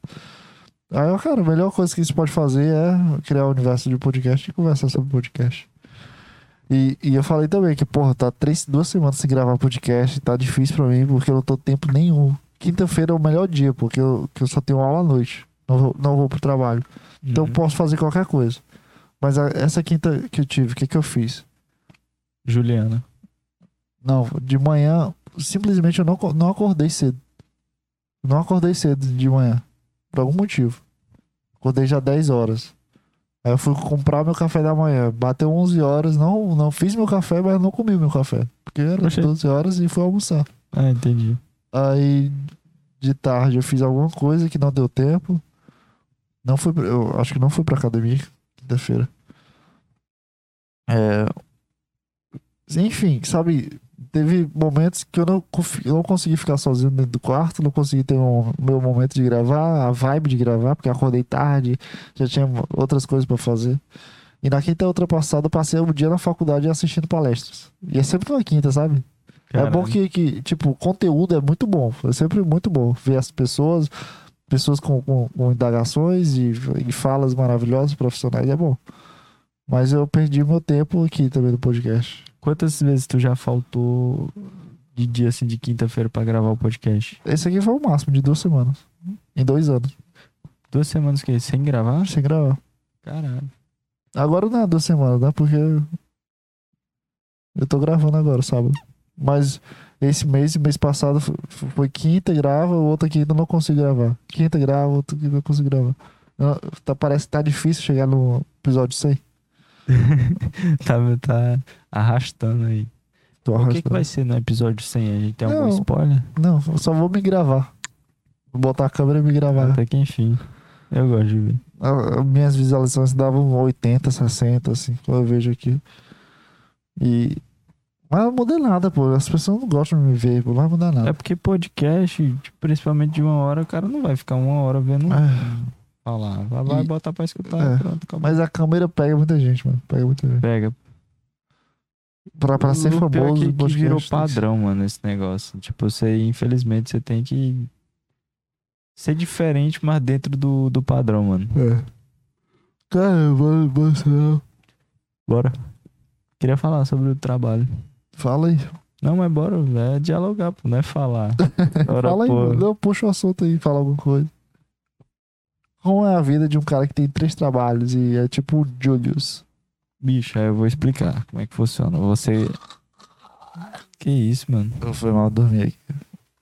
S1: Aí, eu, cara, a melhor coisa que você pode fazer é criar o universo de podcast e conversar sobre podcast. E, e eu falei também que, porra, tá três, duas semanas sem gravar podcast, tá difícil pra mim, porque eu não tô tempo nenhum. Quinta-feira é o melhor dia, porque eu, que eu só tenho aula à noite. Não vou, não vou pro trabalho. Então eu
S2: Uhum.
S1: posso fazer qualquer coisa. Mas a- essa quinta que eu tive, o que, que eu fiz?
S2: Juliana.
S1: Não, de manhã, simplesmente eu não, aco- não acordei cedo. Não acordei cedo de manhã. Por algum motivo. Acordei já 10 horas. Aí eu fui comprar meu café da manhã. Bateu 11 horas, não, não fiz meu café, mas não comi meu café. porque era
S2: Oxê.
S1: 12 horas e fui almoçar.
S2: Ah, entendi.
S1: Aí de tarde eu fiz alguma coisa que não deu tempo. Não fui, pra- eu acho que não fui pra academia quinta-feira. É... Enfim, sabe, teve momentos que eu não, confi- eu não consegui ficar sozinho dentro do quarto, não consegui ter o meu momento de gravar, a vibe de gravar, porque eu acordei tarde, já tinha outras coisas pra fazer. E na quinta ultrapassada eu passei o dia na faculdade assistindo palestras. E é sempre na quinta, sabe? É bom que, que, tipo, o conteúdo é muito bom. É sempre muito bom ver as pessoas, pessoas com, com- com indagações e, e falas maravilhosas, profissionais, é bom. Mas eu perdi meu tempo aqui também no podcast.
S2: Quantas vezes tu já faltou de dia assim de quinta-feira pra gravar o podcast?
S1: Esse aqui foi o máximo de duas semanas. Em dois anos,
S2: Duas semanas que é sem gravar?
S1: sem gravar.
S2: Caralho.
S1: Agora não é duas semanas, né? Porque eu tô gravando agora, sábado. Mas esse mês, e mês passado, f- f- foi quinta grava, o outro aqui ainda não consigo gravar. Quinta grava, o outro aqui não consigo gravar. Eu- tá- parece que tá difícil chegar no episódio 100.
S2: [LAUGHS] tá, tá arrastando aí.
S1: Tô
S2: O que, que
S1: arrastando.
S2: vai ser no episódio 100? A gente tem algum
S1: Não.
S2: spoiler?
S1: Não, eu só vou me gravar. Vou botar a câmera e me gravar.
S2: Até que enfim. Eu gosto de ver.
S1: A- a- minhas visualizações davam 80, 60, assim, quando eu vejo aqui. E. Mas não mudei nada, pô. As pessoas não gostam de me ver, pô. Não vai mudar nada.
S2: É porque podcast, tipo, principalmente de uma hora, o cara não vai ficar uma hora vendo
S1: Ah,
S2: falar. Vai lá
S1: E-
S2: e botar pra escutar.
S1: É.
S2: Pronto, acabou.
S1: Mas a câmera pega muita gente, mano. Pega muita gente.
S2: Pega.
S1: Pra, pra ser
S2: O pior é
S1: famoso,
S2: que,
S1: o
S2: que
S1: podcast né?
S2: virou
S1: tem que-
S2: padrão, mano, esse negócio. Tipo, você, infelizmente, você tem que ser diferente, mas dentro do, do padrão, mano.
S1: É. Cara, bora, bora, sei lá.
S2: Bora. Queria falar sobre o trabalho.
S1: Fala aí.
S2: Não, mas bora, é dialogar, pô, não é
S1: [LAUGHS]
S2: falar. Ora,
S1: Fala aí,
S2: pô.
S1: mano. Não, puxa o assunto aí, fala alguma coisa. Como é a vida de um cara que tem três trabalhos e é tipo o Julius?
S2: Bicho, aí eu vou explicar como é que funciona. Você. Que isso, mano?
S1: Foi mal dormir aqui.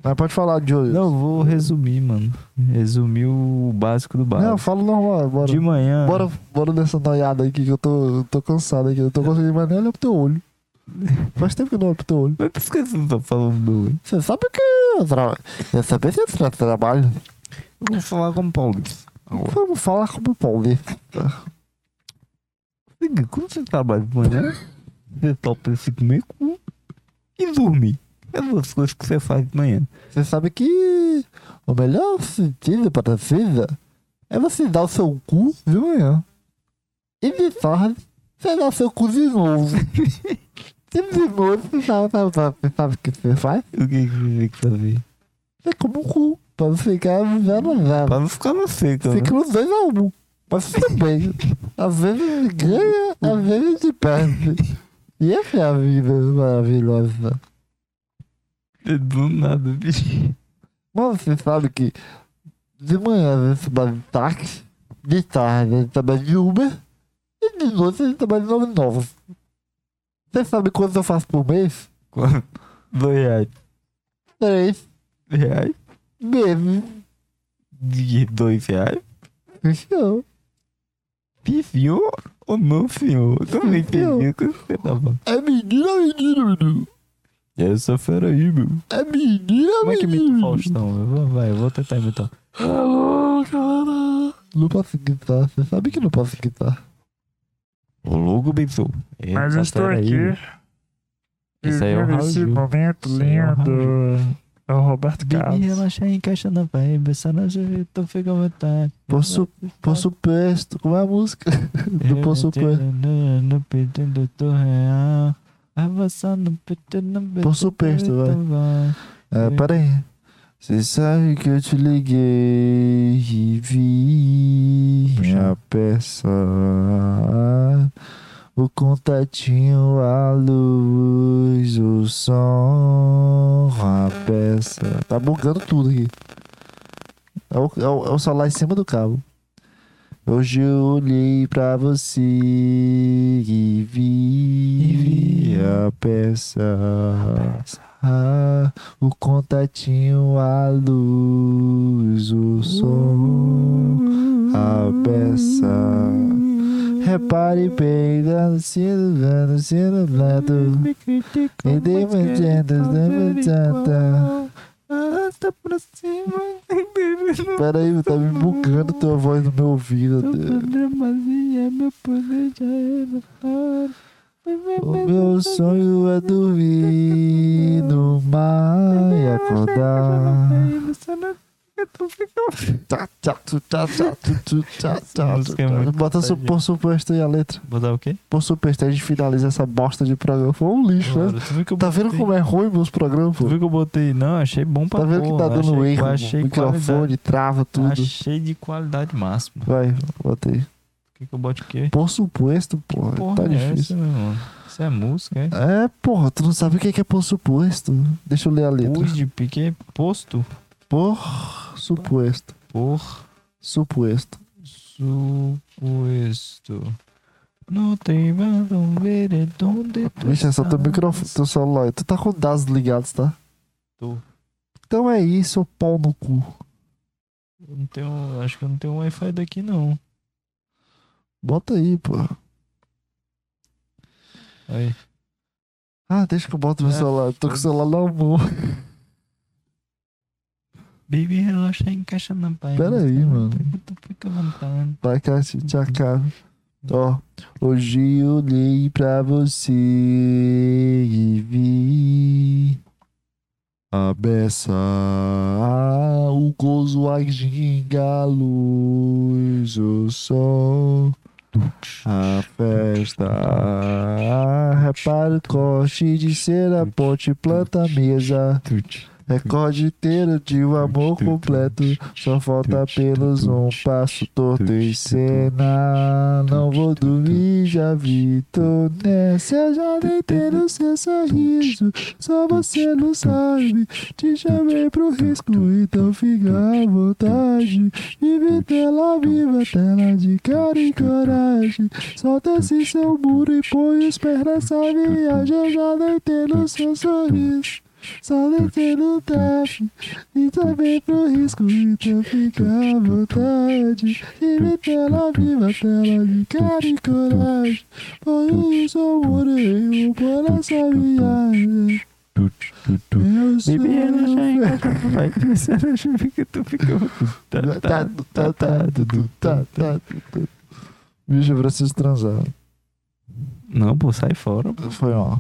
S1: Mas pode falar, Julius.
S2: Não, eu vou resumir, mano. Resumir o básico do
S1: Não,
S2: básico.
S1: fala normal, bora.
S2: De manhã.
S1: Bora, bora nessa noiada aqui que eu tô, eu tô cansado aqui. Eu tô conseguindo mais nem olhar pro teu olho. Faz tempo que eu não olho pro teu olho.
S2: Mas por que você não tá falando do.
S1: Você sabe o que eu tra... Você sabe se eu tra- trabalho?
S2: Eu vou falar com o Paulo. Agora.
S1: Vamos falar como paulista.
S2: Diga, Quando você trabalha de manhã, você só precisa comer cu e dormir. É duas coisas que você faz de manhã.
S1: Você sabe que o melhor sentido para a vida é você dar o seu cu de manhã. E de tarde, você dá o seu cu de novo. e de noite, você sabe, sabe, sabe, sabe o que você faz?
S2: E O que, que você tem que fazer?
S1: Você come um cu. Para ficar zero a zero.
S2: Pra não ficar na seca, né?
S1: Fica nos dois a um. Mas tudo bem. Às vezes ganha, às vezes perde. E essa é a vida maravilhosa.
S2: Do nada, bicho. [LAUGHS]
S1: Mano, você sabe que de manhã a gente trabalha de táxi, de tarde a gente trabalha de Uber e de noite a gente trabalha de 99. Você sabe quanto eu faço por mês?
S2: Quanto? Dois reais.
S1: Três
S2: Reais?
S1: meses.
S2: De dois reais?
S1: Fechou.
S2: Sim, senhor ou não, senhor? Eu também
S1: Sim, senhor.
S2: entendi o que você tava.
S1: É menina, menino, menino.
S2: Essa fera aí, meu.
S1: É menina,
S2: Como é que imita o
S1: menino.
S2: Faustão? Eu vou- Vai, eu vou tentar imitar.
S1: Alô, cara. Não posso gritar. Você sabe que não posso gritar.
S2: O logo pensou.
S4: Mas eu estou aqui.
S2: Esse aí é o
S4: vivendo
S2: Raul
S4: esse
S2: Gil.
S4: momento
S2: Esse aí é o Raul
S4: lindo. É o Roberto
S2: Baby,
S4: Carlos.
S2: relaxa aí, encaixa na vibe. Essa noite eu tô fica à vontade.
S1: Posso, posso pesto. Como é a música? [LAUGHS] Do é? Poço Pesto.
S2: No peito do teu real. Avançando no peito do peito.
S1: Poço Pesto, vai. É,
S2: Sim.
S1: pera aí. Cê sabe que eu te liguei e vi minha peça. O contatinho, a luz, o som, a peça. Tá bugando tudo aqui. É o, é o, é o celular em cima do cabo. Hoje eu olhei pra você e vi,
S2: E vi
S1: a peça. Ah, o contatinho, a luz, o som, a peça. Repare bem, dando sino, dando sino, dando.
S2: Me criticam,
S1: E dei
S2: mas querem
S1: vendidas, dei
S2: fazer
S1: vendidas.
S2: igual.
S4: Tá
S2: Arrasta pra cima.
S1: Peraí, tá me bugando tua voz no meu ouvido.
S4: Tá
S2: Tô fantasmazinha, meu poder já é era claro.
S1: O meu sonho é dormir no mar e é acordar. Tá, tá, tu, tá, tá, tu, tu, tá, tá, tu,
S4: música é
S1: tá.
S4: muito
S1: Bota su-
S4: nostálgica.
S1: por suposto aí a letra.
S4: Botar o quê?
S1: Por suposto, aí a gente finaliza essa bosta de programa. Foi um lixo, né?
S4: Bora, tu viu que eu
S1: Tá vendo
S4: botei-
S1: como é ruim meus programas,
S4: Tu
S1: pô?
S4: viu que eu botei? Não, achei bom pra
S1: Tá vendo que tá
S4: porra,
S1: dando
S4: achei,
S1: erro?
S4: achei
S1: Microfone, trava tudo.
S4: qualidade, Achei de qualidade máxima.
S1: Vai, botei.
S4: Por que, que eu boto o quê?
S1: Por suposto, porra,
S4: Porra,
S1: tá
S4: é
S1: difícil.
S4: Essa, meu irmão? Isso é música, é?
S1: É, porra, tu não sabe o que é que é por suposto. Deixa eu ler a letra.
S4: Pus de pique, é posto
S1: Por suposto.
S4: por
S1: Suposto.
S4: suposto. Não tem mais um veredão de tu
S1: Bicho, é só teu
S4: estás.
S1: microfone, teu celular. Tu tá com dados ligados, tá?
S4: Tô.
S1: Então é isso, ô pau no cu.
S4: Eu Não tenho, acho que eu não tenho um Wi-Fi daqui, não.
S1: Bota aí, porra.
S4: Aí.
S1: Ah, deixa que eu boto meu
S4: É,
S1: celular. Eu Tô com o celular na mão.
S4: Baby, relaxa, encaixa na pai.
S1: Pera aí, mano.
S4: Tu fica à vontade.
S1: Vai, Cássio, te acaba. Ó, hoje eu olhei pra você e vi a beça, o gozo, a ginga, a luz, o sol, a festa. Repara o corte de cera, ponte, planta, mesa. Recorde inteiro de um amor completo. Só falta apenas um passo torto em cena. Não vou dormir, já vi, tô nessa. Eu já deitei no seu sorriso, só você não sabe. Te chamei pro risco, então fica à vontade. Vive tela viva, tela de cara e coragem. Solta esse seu muro e põe os pés nessa viagem. Eu já deitei no seu sorriso. Só deitei no tap e também pro risco, então fica à vontade. Vive tela viva, tela de cara e coragem. Põe o seu muro e eu põe um nessa viagem. Eu sou um
S2: Baby, relaxa,
S1: o
S2: encaixa na pai. Relaxa, fica- Tu fica
S1: Tá, tá, tá, tá, tá, tá, tá, tá. Bicho, eu preciso transar.
S2: Não, pô, sai fora.
S1: Foi ó.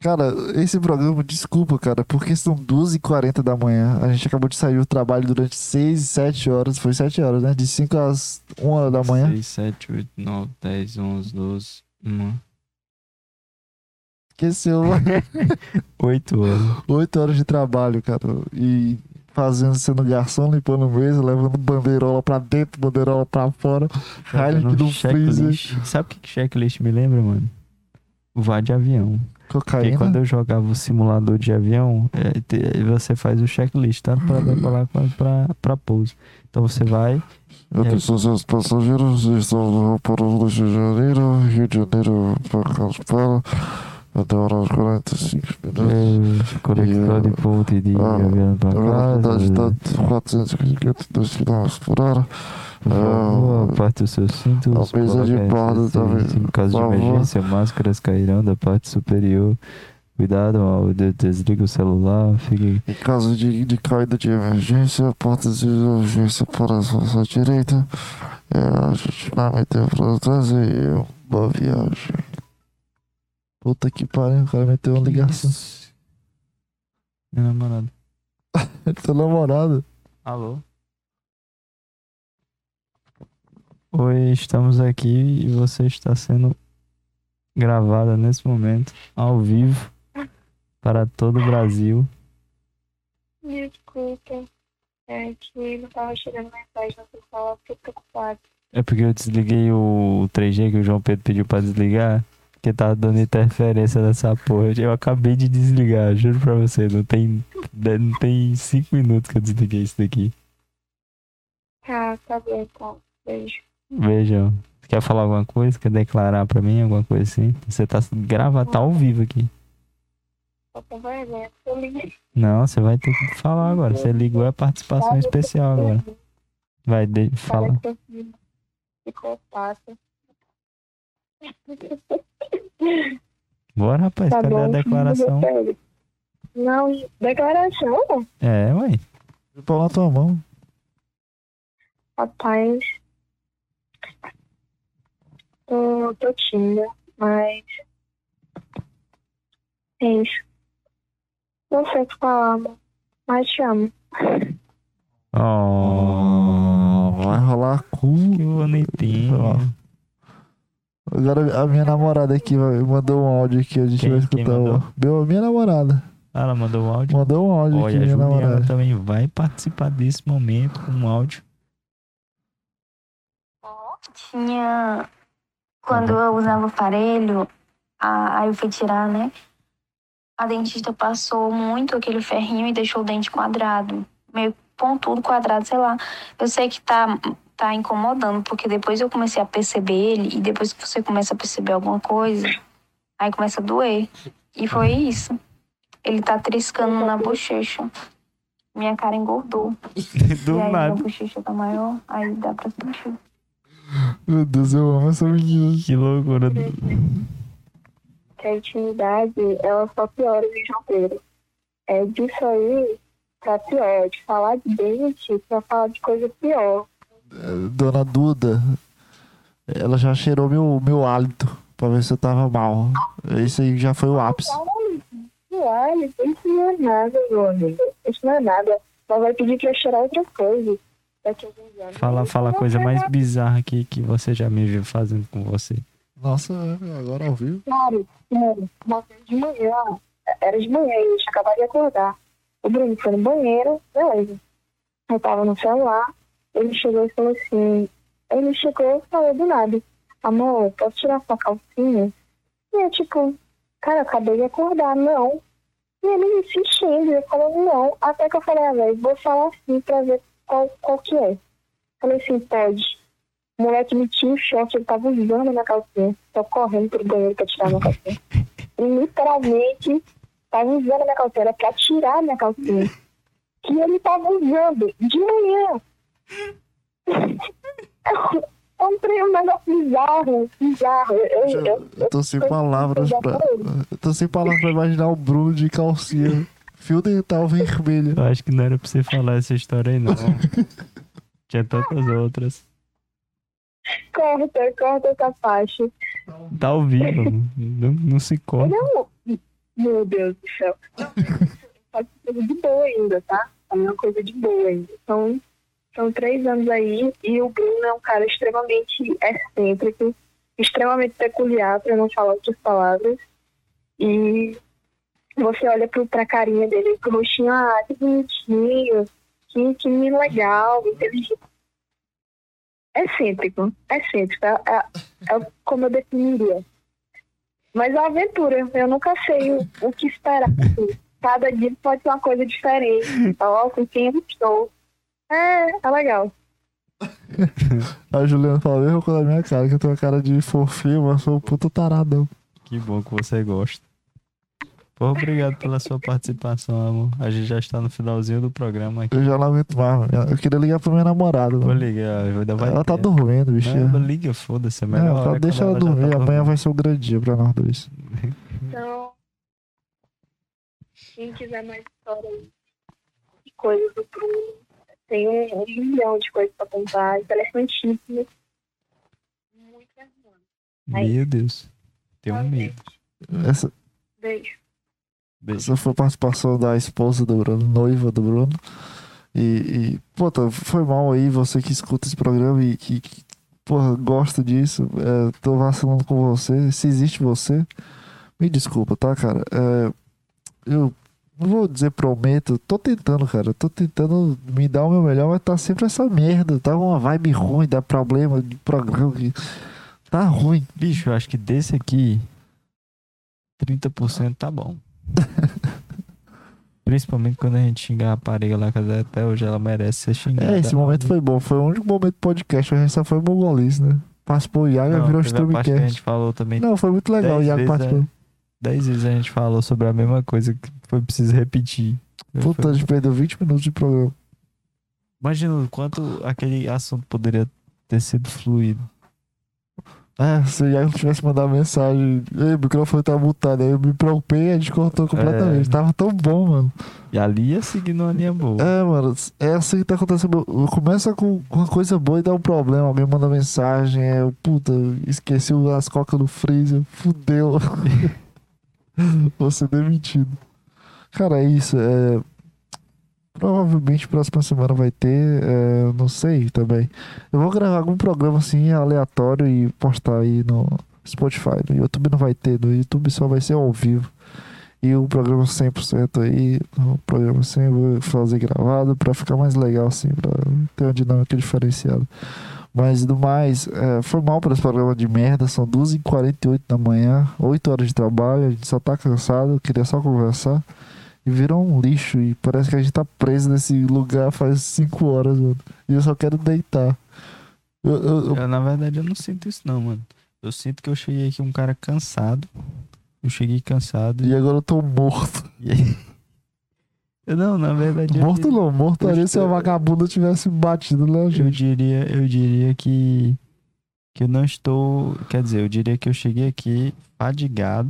S1: Cara, esse programa, desculpa, cara, porque são 2h40 da manhã. A gente acabou de sair do trabalho durante 6, 7 horas. Foi 7 horas, né? De 5 às 1 hora da manhã.
S2: 6, 7, 8, 9, 10, 11, 12, 1.
S1: Esqueceu [LAUGHS]
S2: 8 horas.
S1: 8 horas de trabalho, cara. E fazendo, sendo garçom, limpando mesa, levando bandeirola pra dentro, bandeirola pra fora. Heineken no freezer,
S2: checklist. Sabe o que que checklist me lembra, mano? Vá de avião. Porque quando
S1: cocaína.
S2: eu jogava o simulador de avião, é, te- você faz o checklist, tanto pra decolar quanto pra, pra pouso. Então você vai.
S1: Atenção, seus passageiros, estão para o Rio de Janeiro, Rio de Janeiro para Casparo, até horas 45 minutos.
S2: É, conector de ponte de
S1: Ah,
S2: avião pra
S1: A velocidade está
S2: casa.
S1: de 452 km por hora.
S2: Voa,
S1: Ah,
S2: Aparte o seu cinto.
S1: a
S2: os
S1: mesa de
S2: coloca
S1: bordo
S2: RCC,
S1: também,
S2: Em caso de
S1: por favor.
S2: emergência, máscaras cairão da parte superior. Cuidado, ao de- desliga o celular, fique
S1: Em caso de, de caída de emergência, portas de emergência para a sua direita. É, ajustamento para trás e boa viagem. Puta que pariu, o cara meteu uma ligação.
S2: Isso. Meu namorado.
S1: Teu namorado.
S2: Alô? Oi, estamos aqui e você está sendo gravada nesse momento, ao vivo, para todo o Brasil.
S5: Desculpa. É que não tava chegando mensagem no pessoal, eu fiquei preocupada.
S2: É porque eu desliguei o 3G que o João Pedro pediu para desligar, porque tava dando interferência nessa porra. Eu acabei de desligar, juro pra você, não tem 5 não tem cinco minutos que eu desliguei isso daqui.
S5: Tá, tá bom, então. Beijo.
S2: Beijão. Quer falar alguma coisa? Quer declarar pra mim alguma coisa assim? Você tá gravado, tá ao vivo aqui.
S5: Tô com vergonha. Eu liguei.
S2: Não, você vai ter que falar agora. Você ligou é participação especial agora. Vai, de, fala.
S5: Parece que eu fui psicopata.
S2: Bora, rapaz,
S5: Tá
S2: cadê
S5: bom.
S2: a declaração?
S5: Sério. Não, declaração,
S2: É, ué.
S1: O pau na tua mão.
S5: rapaz. Tô, tô tímida, mas. É isso. Não sei o que falar, amor, mas te amo.
S2: Oh,
S1: Vai rolar cu.
S2: que bonitinho.
S1: Agora a minha namorada aqui vai- mandou um áudio aqui, a gente
S2: Quem-
S1: vai
S2: quem
S1: escutar. o-
S2: mandou?
S1: Meu, minha namorada.
S2: Ah, Ela mandou um áudio.
S1: Mandou um áudio
S2: Olha,
S1: aqui,
S2: a
S1: minha
S2: Juliana
S1: namorada.
S2: também vai participar desse momento com um áudio. [LAUGHS]
S6: tinha. Quando eu usava o aparelho, a- aí eu fui tirar, né? A dentista passou muito aquele ferrinho e deixou o dente quadrado. Meio pontudo, quadrado, sei lá. Eu sei que tá, tá incomodando, porque depois eu comecei a perceber ele, e depois que você começa a perceber alguma coisa, aí começa a doer. E foi isso. Ele tá triscando na bochecha. Minha cara engordou.
S2: Do
S6: e aí
S2: nada.
S6: minha bochecha tá maior, aí dá pra sentir.
S1: Meu Deus, eu amo essa menina.
S2: Que loucura.
S5: que a intimidade ela só piora no janeiro. É disso aí pra pior, de falar de dente pra falar de coisa pior.
S1: É, Dona Duda, ela já cheirou meu, meu hálito pra ver se eu tava mal. Esse aí já foi o ápice.
S5: Olha, isso não é nada, meu amigo. Isso não é nada. Ela vai pedir pra eu cheirar outra coisa daqui a alguns anos.
S2: Fala, fala a coisa mais bizarra aqui que você já me viu fazendo com você.
S1: Nossa, é, agora ao vivo.
S5: Claro, claro. Uma vez de manhã, era de manhã, eu tinha acabado de acordar. O Bruno foi no banheiro, beleza. Eu tava no celular, ele chegou e falou assim, ele chegou e falou do nada, amor, posso tirar sua calcinha? E eu tipo, cara, eu acabei de acordar, não. E ele insistindo, eu falando não, até que eu falei, ah, velho, vou falar assim pra ver qual, qual que é. Falei assim, pode. O moleque me tinha um choque, ele tava usando minha calcinha. Tô correndo pro banheiro pra tirar minha calcinha. Ele literalmente tava usando minha calcinha, era pra tirar minha calcinha. Que ele tava usando de manhã. [LAUGHS] É um é um negócio bizarro, bizarro. Eu, eu, eu,
S1: Eu tô sem palavras pra. Eu tô sem palavras pra imaginar o Bruno de calcinha. Fio dental vermelho.
S2: Eu acho que não era pra você falar essa história aí, [LAUGHS] não. Tinha tantas outras.
S5: corta, corta essa faixa.
S2: Tá ao vivo. Não, não se corta.
S5: Não, um meu Deus do céu. Pode ser coisa de boa ainda, tá? É uma coisa de boa ainda. Então, são três anos aí e o Bruno é um cara extremamente excêntrico, extremamente peculiar, pra não falar outras palavras. E você olha pro, pra carinha dele, pro rostinho, ah, que bonitinho, que, que menino legal, inteligente. Excêntrico, excêntrico. É, é, é como eu definiria. Mas é uma aventura, eu nunca sei o, o que esperar. assim. Cada dia pode ser uma coisa diferente. Então, Ó, com quem eu estou. É, tá legal.
S1: A Juliana falou, eu com a minha cara, que eu tenho uma cara de fofinho, mas sou um puto taradão.
S2: Que bom que você gosta. Pô, obrigado pela sua participação, amor. A gente já está no finalzinho do programa aqui.
S1: Eu já não aguento mais, mano. Eu queria ligar pro meu namorado.
S2: Vou
S1: mano.
S2: ligar, ainda vai.
S1: Ela tá
S2: ter.
S1: dormindo, bicho.
S2: Não, mas liga, foda-se. é
S1: É,
S2: melhor
S1: só
S2: hora
S1: deixa
S2: quando
S1: ela
S2: já tá
S1: dormir, amanhã
S2: dormindo.
S1: vai ser um grande dia pra nós dois.
S5: Então, quem quiser mais histórias de coisas do Bruno, tem um, um milhão de coisas pra contar. né? Interessantíssimo. Muito nervoso.
S2: Meu Deus. Tenho um medo.
S1: Essa,
S5: Beijo.
S2: Beijo.
S1: essa foi a participação da esposa do Bruno, noiva do Bruno. E, e puta, foi mal aí você que escuta esse programa e que, que, porra, gosta disso. É, tô vacilando com você. Se existe você, me desculpa, tá, cara? É, eu não vou dizer prometo, tô tentando, cara. Tô tentando me dar o meu melhor, mas tá sempre essa merda. Tá uma vibe ruim, dá problema de programa. que- Tá ruim.
S2: Bicho, eu acho que desse aqui, 30% tá
S1: [LAUGHS]
S2: bom. Principalmente quando a gente xingar a rapariga lá, que até hoje ela merece ser xingada.
S1: É, esse momento foi bom. Foi o único momento do podcast que a gente só foi mongolice, né? Participou o Iago e
S2: Não,
S1: virou
S2: teve a parte que a gente
S1: Strumcast.
S2: falou também.
S1: Não, foi muito legal. O
S2: Dez
S1: Iago
S2: vezes,
S1: participou.
S2: né? Dez vezes a gente falou sobre a mesma coisa que foi preciso repetir.
S1: Puta, a
S2: Foi-
S1: gente perdeu 20 minutos de programa.
S2: Imagina o quanto aquele assunto poderia ter sido fluido.
S1: É, se o Iago tivesse mandado mensagem, Ei, o microfone tá mutado, aí eu me preocupei e a gente cortou
S2: É.
S1: completamente. Tava tão bom, mano.
S7: E ali ia seguindo uma linha boa.
S1: É, mano, é assim que tá acontecendo. Começa com com uma coisa boa e dá um problema. Alguém manda mensagem, é, eu, puta, esqueci as cocas no freezer, fudeu. [LAUGHS] Vou ser demitido. Cara, é isso. É... Provavelmente próxima semana vai ter, é, não sei também. Eu vou gravar algum programa assim aleatório e postar aí no Spotify. No YouTube não vai ter, no YouTube só vai ser ao vivo. E o programa 100% aí, o programa 100 eu vou fazer gravado pra ficar mais legal assim, pra ter uma dinâmica diferenciada. Mas do mais, é, foi mal para esse programa de merda. São 2h48 da manhã, 8 horas de trabalho. A gente só tá cansado, queria só conversar. E virou um lixo. E parece que a gente tá preso nesse lugar faz 5 horas, mano. E eu só quero deitar. Eu, eu- eu-
S7: Eu, na verdade, eu não sinto isso, não, mano. Eu sinto que eu cheguei aqui um cara cansado. Eu cheguei cansado.
S1: E agora eu tô morto.
S7: e- Eu não, na verdade. eu
S1: Morto
S7: diria-
S1: não, morto ali se a vagabunda tivesse batido, né,
S7: Eu
S1: gente?
S7: diria, eu diria que. Que eu não estou. Quer dizer, eu diria que eu cheguei aqui fadigado.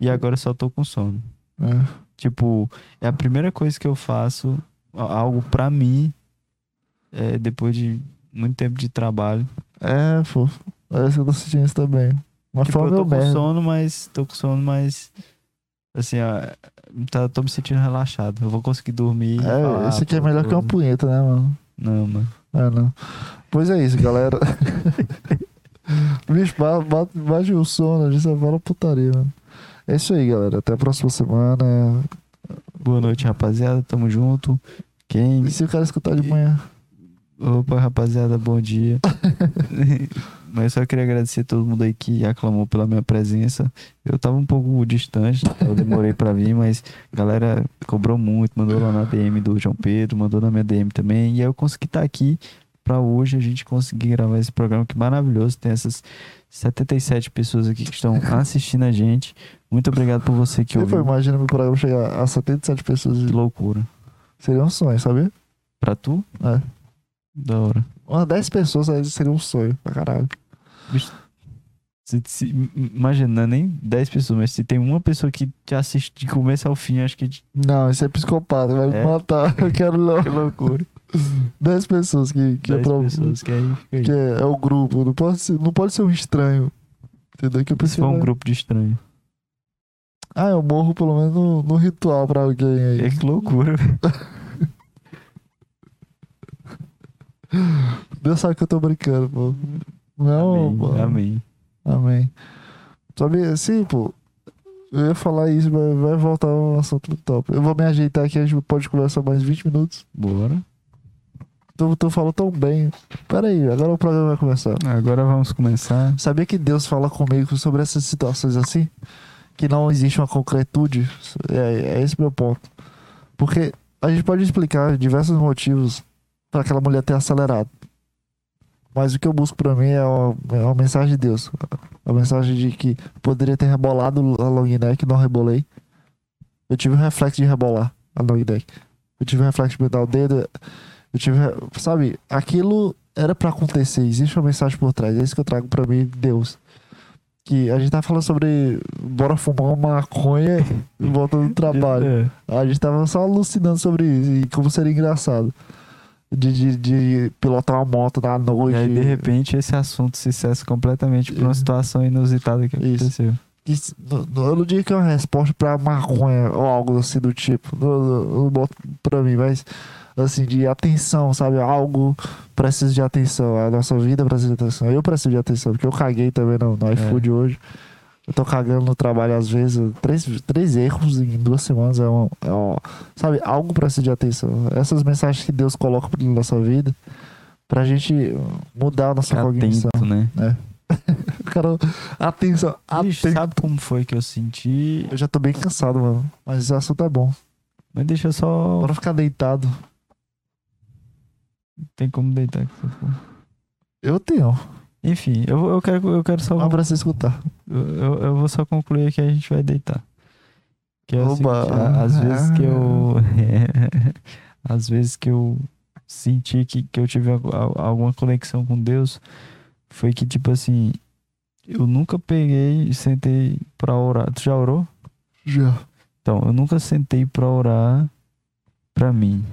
S7: E agora eu só tô com sono.
S1: É.
S7: Tipo, é a primeira coisa que eu faço, a- algo pra mim, é, depois de muito tempo de trabalho.
S1: É, pô. Parece que eu tô sentindo isso também. é Mas
S7: Tipo,
S1: foi
S7: eu
S1: meu
S7: tô com
S1: merda.
S7: sono, mas. Tô com sono, mas. Assim, ó, tá- tô me sentindo relaxado. Eu vou conseguir dormir. e falar, "Ah,
S1: É, esse aqui é
S7: pô,
S1: melhor
S7: tô-
S1: que uma punheta, né, mano?
S7: Não, mano.
S1: Ah, não. Pois é isso,
S7: [LAUGHS]
S1: galera. Bicho, ba- ba- bate o sono, a gente só fala putaria, mano. É isso aí, galera. Até a próxima semana.
S7: Boa noite, rapaziada. Tamo junto. Quem.
S1: E se o cara escutar de manhã?
S7: Opa, rapaziada, bom dia. Mas só queria agradecer a todo mundo aí que aclamou pela minha presença. Eu tava um pouco distante, eu demorei pra vir, mas a galera cobrou muito, mandou lá na DM do João Pedro, mandou na minha DM também. E aí eu consegui estar aqui pra hoje a gente conseguir gravar esse programa que é maravilhoso. Tem essas 77 pessoas aqui que estão assistindo a gente. Muito obrigado por você que
S1: Eu
S7: ouviu.
S1: imagino meu programa chegar a 77 pessoas.
S7: Que loucura.
S1: Seria um sonho, sabe?
S7: Pra tu?
S1: É.
S7: Da hora.
S1: Umas 10 pessoas aí seria um sonho pra caralho.
S7: Se, se, imagina, né? nem 10 pessoas, mas se tem uma pessoa que te assiste de começo ao fim, acho que te-
S1: Não, isso é psicopata, vai me
S7: É.
S1: matar. Eu quero não.
S7: [LAUGHS] que loucura.
S1: 10 pessoas que, que
S7: 10
S1: eu trovo-
S7: pessoas, que aí fica aí.
S1: Que é, é o grupo. Não pode, ser, não pode ser um estranho. Entendeu? Que eu
S7: Se for um
S1: preciso-
S7: grupo de estranho.
S1: Ah, eu morro pelo menos no, no ritual pra alguém aí.
S7: É que loucura, velho.
S1: Deus sabe que eu tô brincando, pô. Não,
S7: Amém,
S1: pô.
S7: amém.
S1: Amém. Sabe, assim, pô. Eu ia falar isso, mas vai voltar ao assunto do top. Eu vou me ajeitar aqui, a gente pode conversar mais 20 minutos.
S7: Bora.
S1: Tu, tu falou tão bem. Pera aí, agora o programa vai começar.
S7: É, Agora vamos começar.
S1: Sabia que Deus fala comigo sobre essas situações assim? Que não existe uma concretude? É, é esse meu ponto. Porque a gente pode explicar diversos motivos para aquela mulher ter acelerado. Mas o que eu busco para mim é uma, é uma mensagem de Deus. A mensagem de que poderia ter rebolado a long neck, não rebolei. Eu tive o reflexo de rebolar a long neck. Eu tive o reflexo de botar o dedo. Eu tive. re- Sabe, aquilo era pra acontecer, existe uma mensagem por trás, é isso que eu trago pra mim, Deus. Que a gente tá falando sobre bora fumar uma maconha e volta do trabalho.
S7: É.
S1: A gente tava só alucinando sobre isso e como seria engraçado de, de, de pilotar uma moto na
S7: E
S1: noite.
S7: aí, de repente, esse assunto se cessa completamente por uma situação inusitada que
S1: Isso.
S7: aconteceu.
S1: Isso- no- no- Eu não digo que é uma resposta pra maconha ou algo assim do tipo. Eu, eu, eu boto pra mim, mas assim, de atenção, sabe? Algo precisa de atenção. A nossa vida precisa de atenção. Eu preciso de atenção, porque eu caguei também no, no iFood hoje. Eu tô cagando no trabalho às vezes. Três, três erros em duas semanas é um. É um sabe? Algo precisa de atenção. Essas mensagens que Deus coloca na nossa vida pra gente mudar a nossa
S7: Fica
S1: cognição.
S7: atento, né?
S1: Cara, atenção,
S7: Bicho,
S1: atenção.
S7: sabe como foi que eu senti?
S1: Eu já tô bem cansado, mano. Mas esse assunto é bom.
S7: Mas deixa eu só.
S1: Bora ficar deitado.
S7: Tem como deitar aqui. por favor.
S1: Eu tenho.
S7: Enfim, eu, vou- eu, quero, eu quero só.
S1: Não pra você escutar.
S7: Eu, eu- eu vou só concluir que a gente vai deitar. Que é o
S1: Oba!
S7: seguinte, a- às vezes que eu. [LAUGHS] às vezes que eu senti que, que eu tive algu- al- alguma conexão com Deus, foi que, tipo assim, eu nunca peguei e sentei pra orar. Tu já orou?
S1: Já.
S7: Então, eu nunca sentei pra orar pra mim.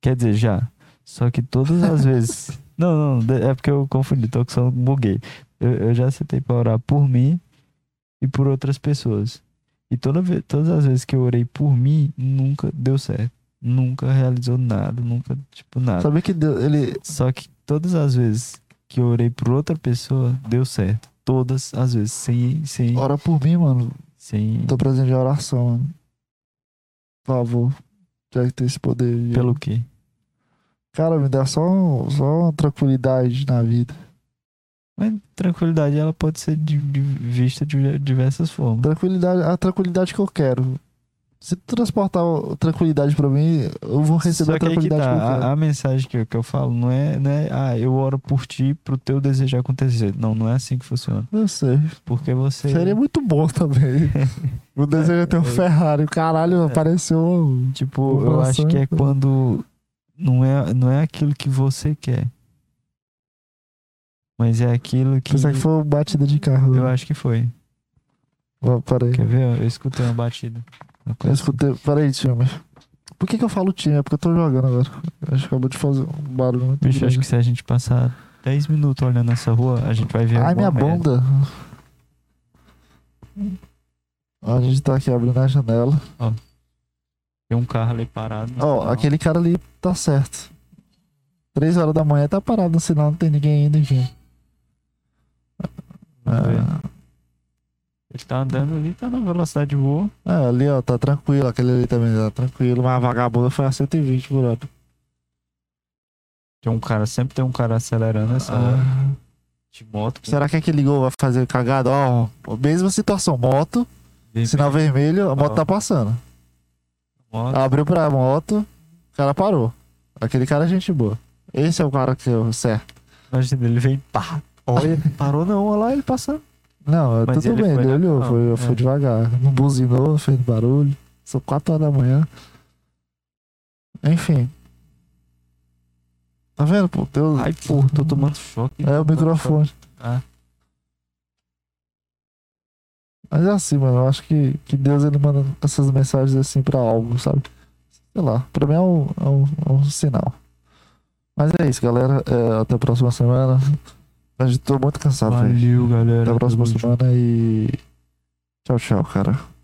S7: Quer dizer, já. Só que todas as vezes. Não, não, de- é porque eu confundi, tô com sono, buguei. Eu, eu já sentei pra orar por mim e por outras pessoas. E toda vez, todas as vezes que eu orei por mim, nunca deu certo. Nunca realizou nada, nunca, tipo, nada.
S1: Sabia que Deus, ele.
S7: Só que todas as vezes que eu orei por outra pessoa, deu certo. Todas as vezes, sem, sem,
S1: Ora por mim, mano.
S7: sem,
S1: Tô presente de oração, mano. Por favor. Já que tem esse poder. de-
S7: pelo quê?
S1: Cara, me dá só, um- só uma tranquilidade na vida.
S7: Mas tranquilidade, ela pode ser de, de vista de diversas formas.
S1: Tranquilidade, a tranquilidade que eu quero. Se tu transportar o- tranquilidade pra mim, eu vou receber
S7: Só
S1: a
S7: que aí que
S1: tranquilidade que, eu
S7: tá,
S1: quero.
S7: a, a mensagem que eu, que eu falo não é, não é, ah, eu oro por ti pro teu desejo acontecer. Não, não é assim que funciona.
S1: Eu sei.
S7: Porque você.
S1: Seria muito bom
S7: [LAUGHS]
S1: também. o desejo é ter um Ferrari.
S7: É.
S1: Caralho, apareceu. um
S7: Tipo, eu acho que é
S1: então.
S7: quando não é, não é aquilo que você quer. Mas é aquilo que.
S1: Pensar que foi uma batida de carro.
S7: Eu acho é que foi.
S1: Ó, peraí.
S7: Quer ver? Eu escutei uma batida. Uma
S1: Eu
S7: coisa
S1: escutei. Peraí, time. Por que, que eu falo time? É porque eu tô jogando agora. Eu acho que acabou de fazer um barulho muito
S7: assim. Bicho, acho
S1: grande.
S7: que se a gente passar 10 minutos olhando essa rua, a gente vai ver.
S1: Ai, minha
S7: alguma merda.
S1: bunda. Ó, A gente tá aqui abrindo a janela.
S7: Tem um carro ali parado. no
S1: Ó,
S7: sinal.
S1: aquele cara ali tá certo. Três horas da manhã tá parado no sinal, não tem ninguém ainda, enfim.
S7: Vamos ver. Ele tá andando ali, tá na velocidade boa.
S1: Ah, ali, ó, tá tranquilo. Aquele ali também tá tranquilo. Mas a vagabunda foi a 120 por hora.
S7: Tem um cara, sempre tem um cara acelerando essa hora
S1: Ah,
S7: de moto.
S1: será que aquele gol vai fazer cagada? Ó, mesma situação, um moto,
S7: que
S1: sinal vermelho, a moto
S7: Ó.
S1: tá passando. Abriu pra moto, o cara parou. Aquele cara é gente boa. Esse é o cara que eu certo.
S7: Imagina, ele vem pá. Olha, parou não, olha lá ele passando.
S1: Não,
S7: Mas
S1: tudo
S7: ele
S1: bem,
S7: foi
S1: ele
S7: na
S1: olhou,
S7: calma,
S1: foi,
S7: é.
S1: foi devagar. Não buzinou, não fez barulho. São 4 horas da manhã. Enfim. Tá vendo, pô? Teu...
S7: Ai, porra, tô tomando choque.
S1: É o microfone.
S7: Ah.
S1: Mas é assim, mano. Eu acho que, que Deus ele manda essas mensagens assim pra algo, sabe? Sei lá. Pra mim é um, é um, é um sinal. Mas é isso, galera. É, até a próxima semana. Mas eu tô muito cansado, velho.
S7: Valeu, galera.
S1: tá, Até a próxima
S7: Tamo junto.
S1: semana e. Tchau, tchau, cara.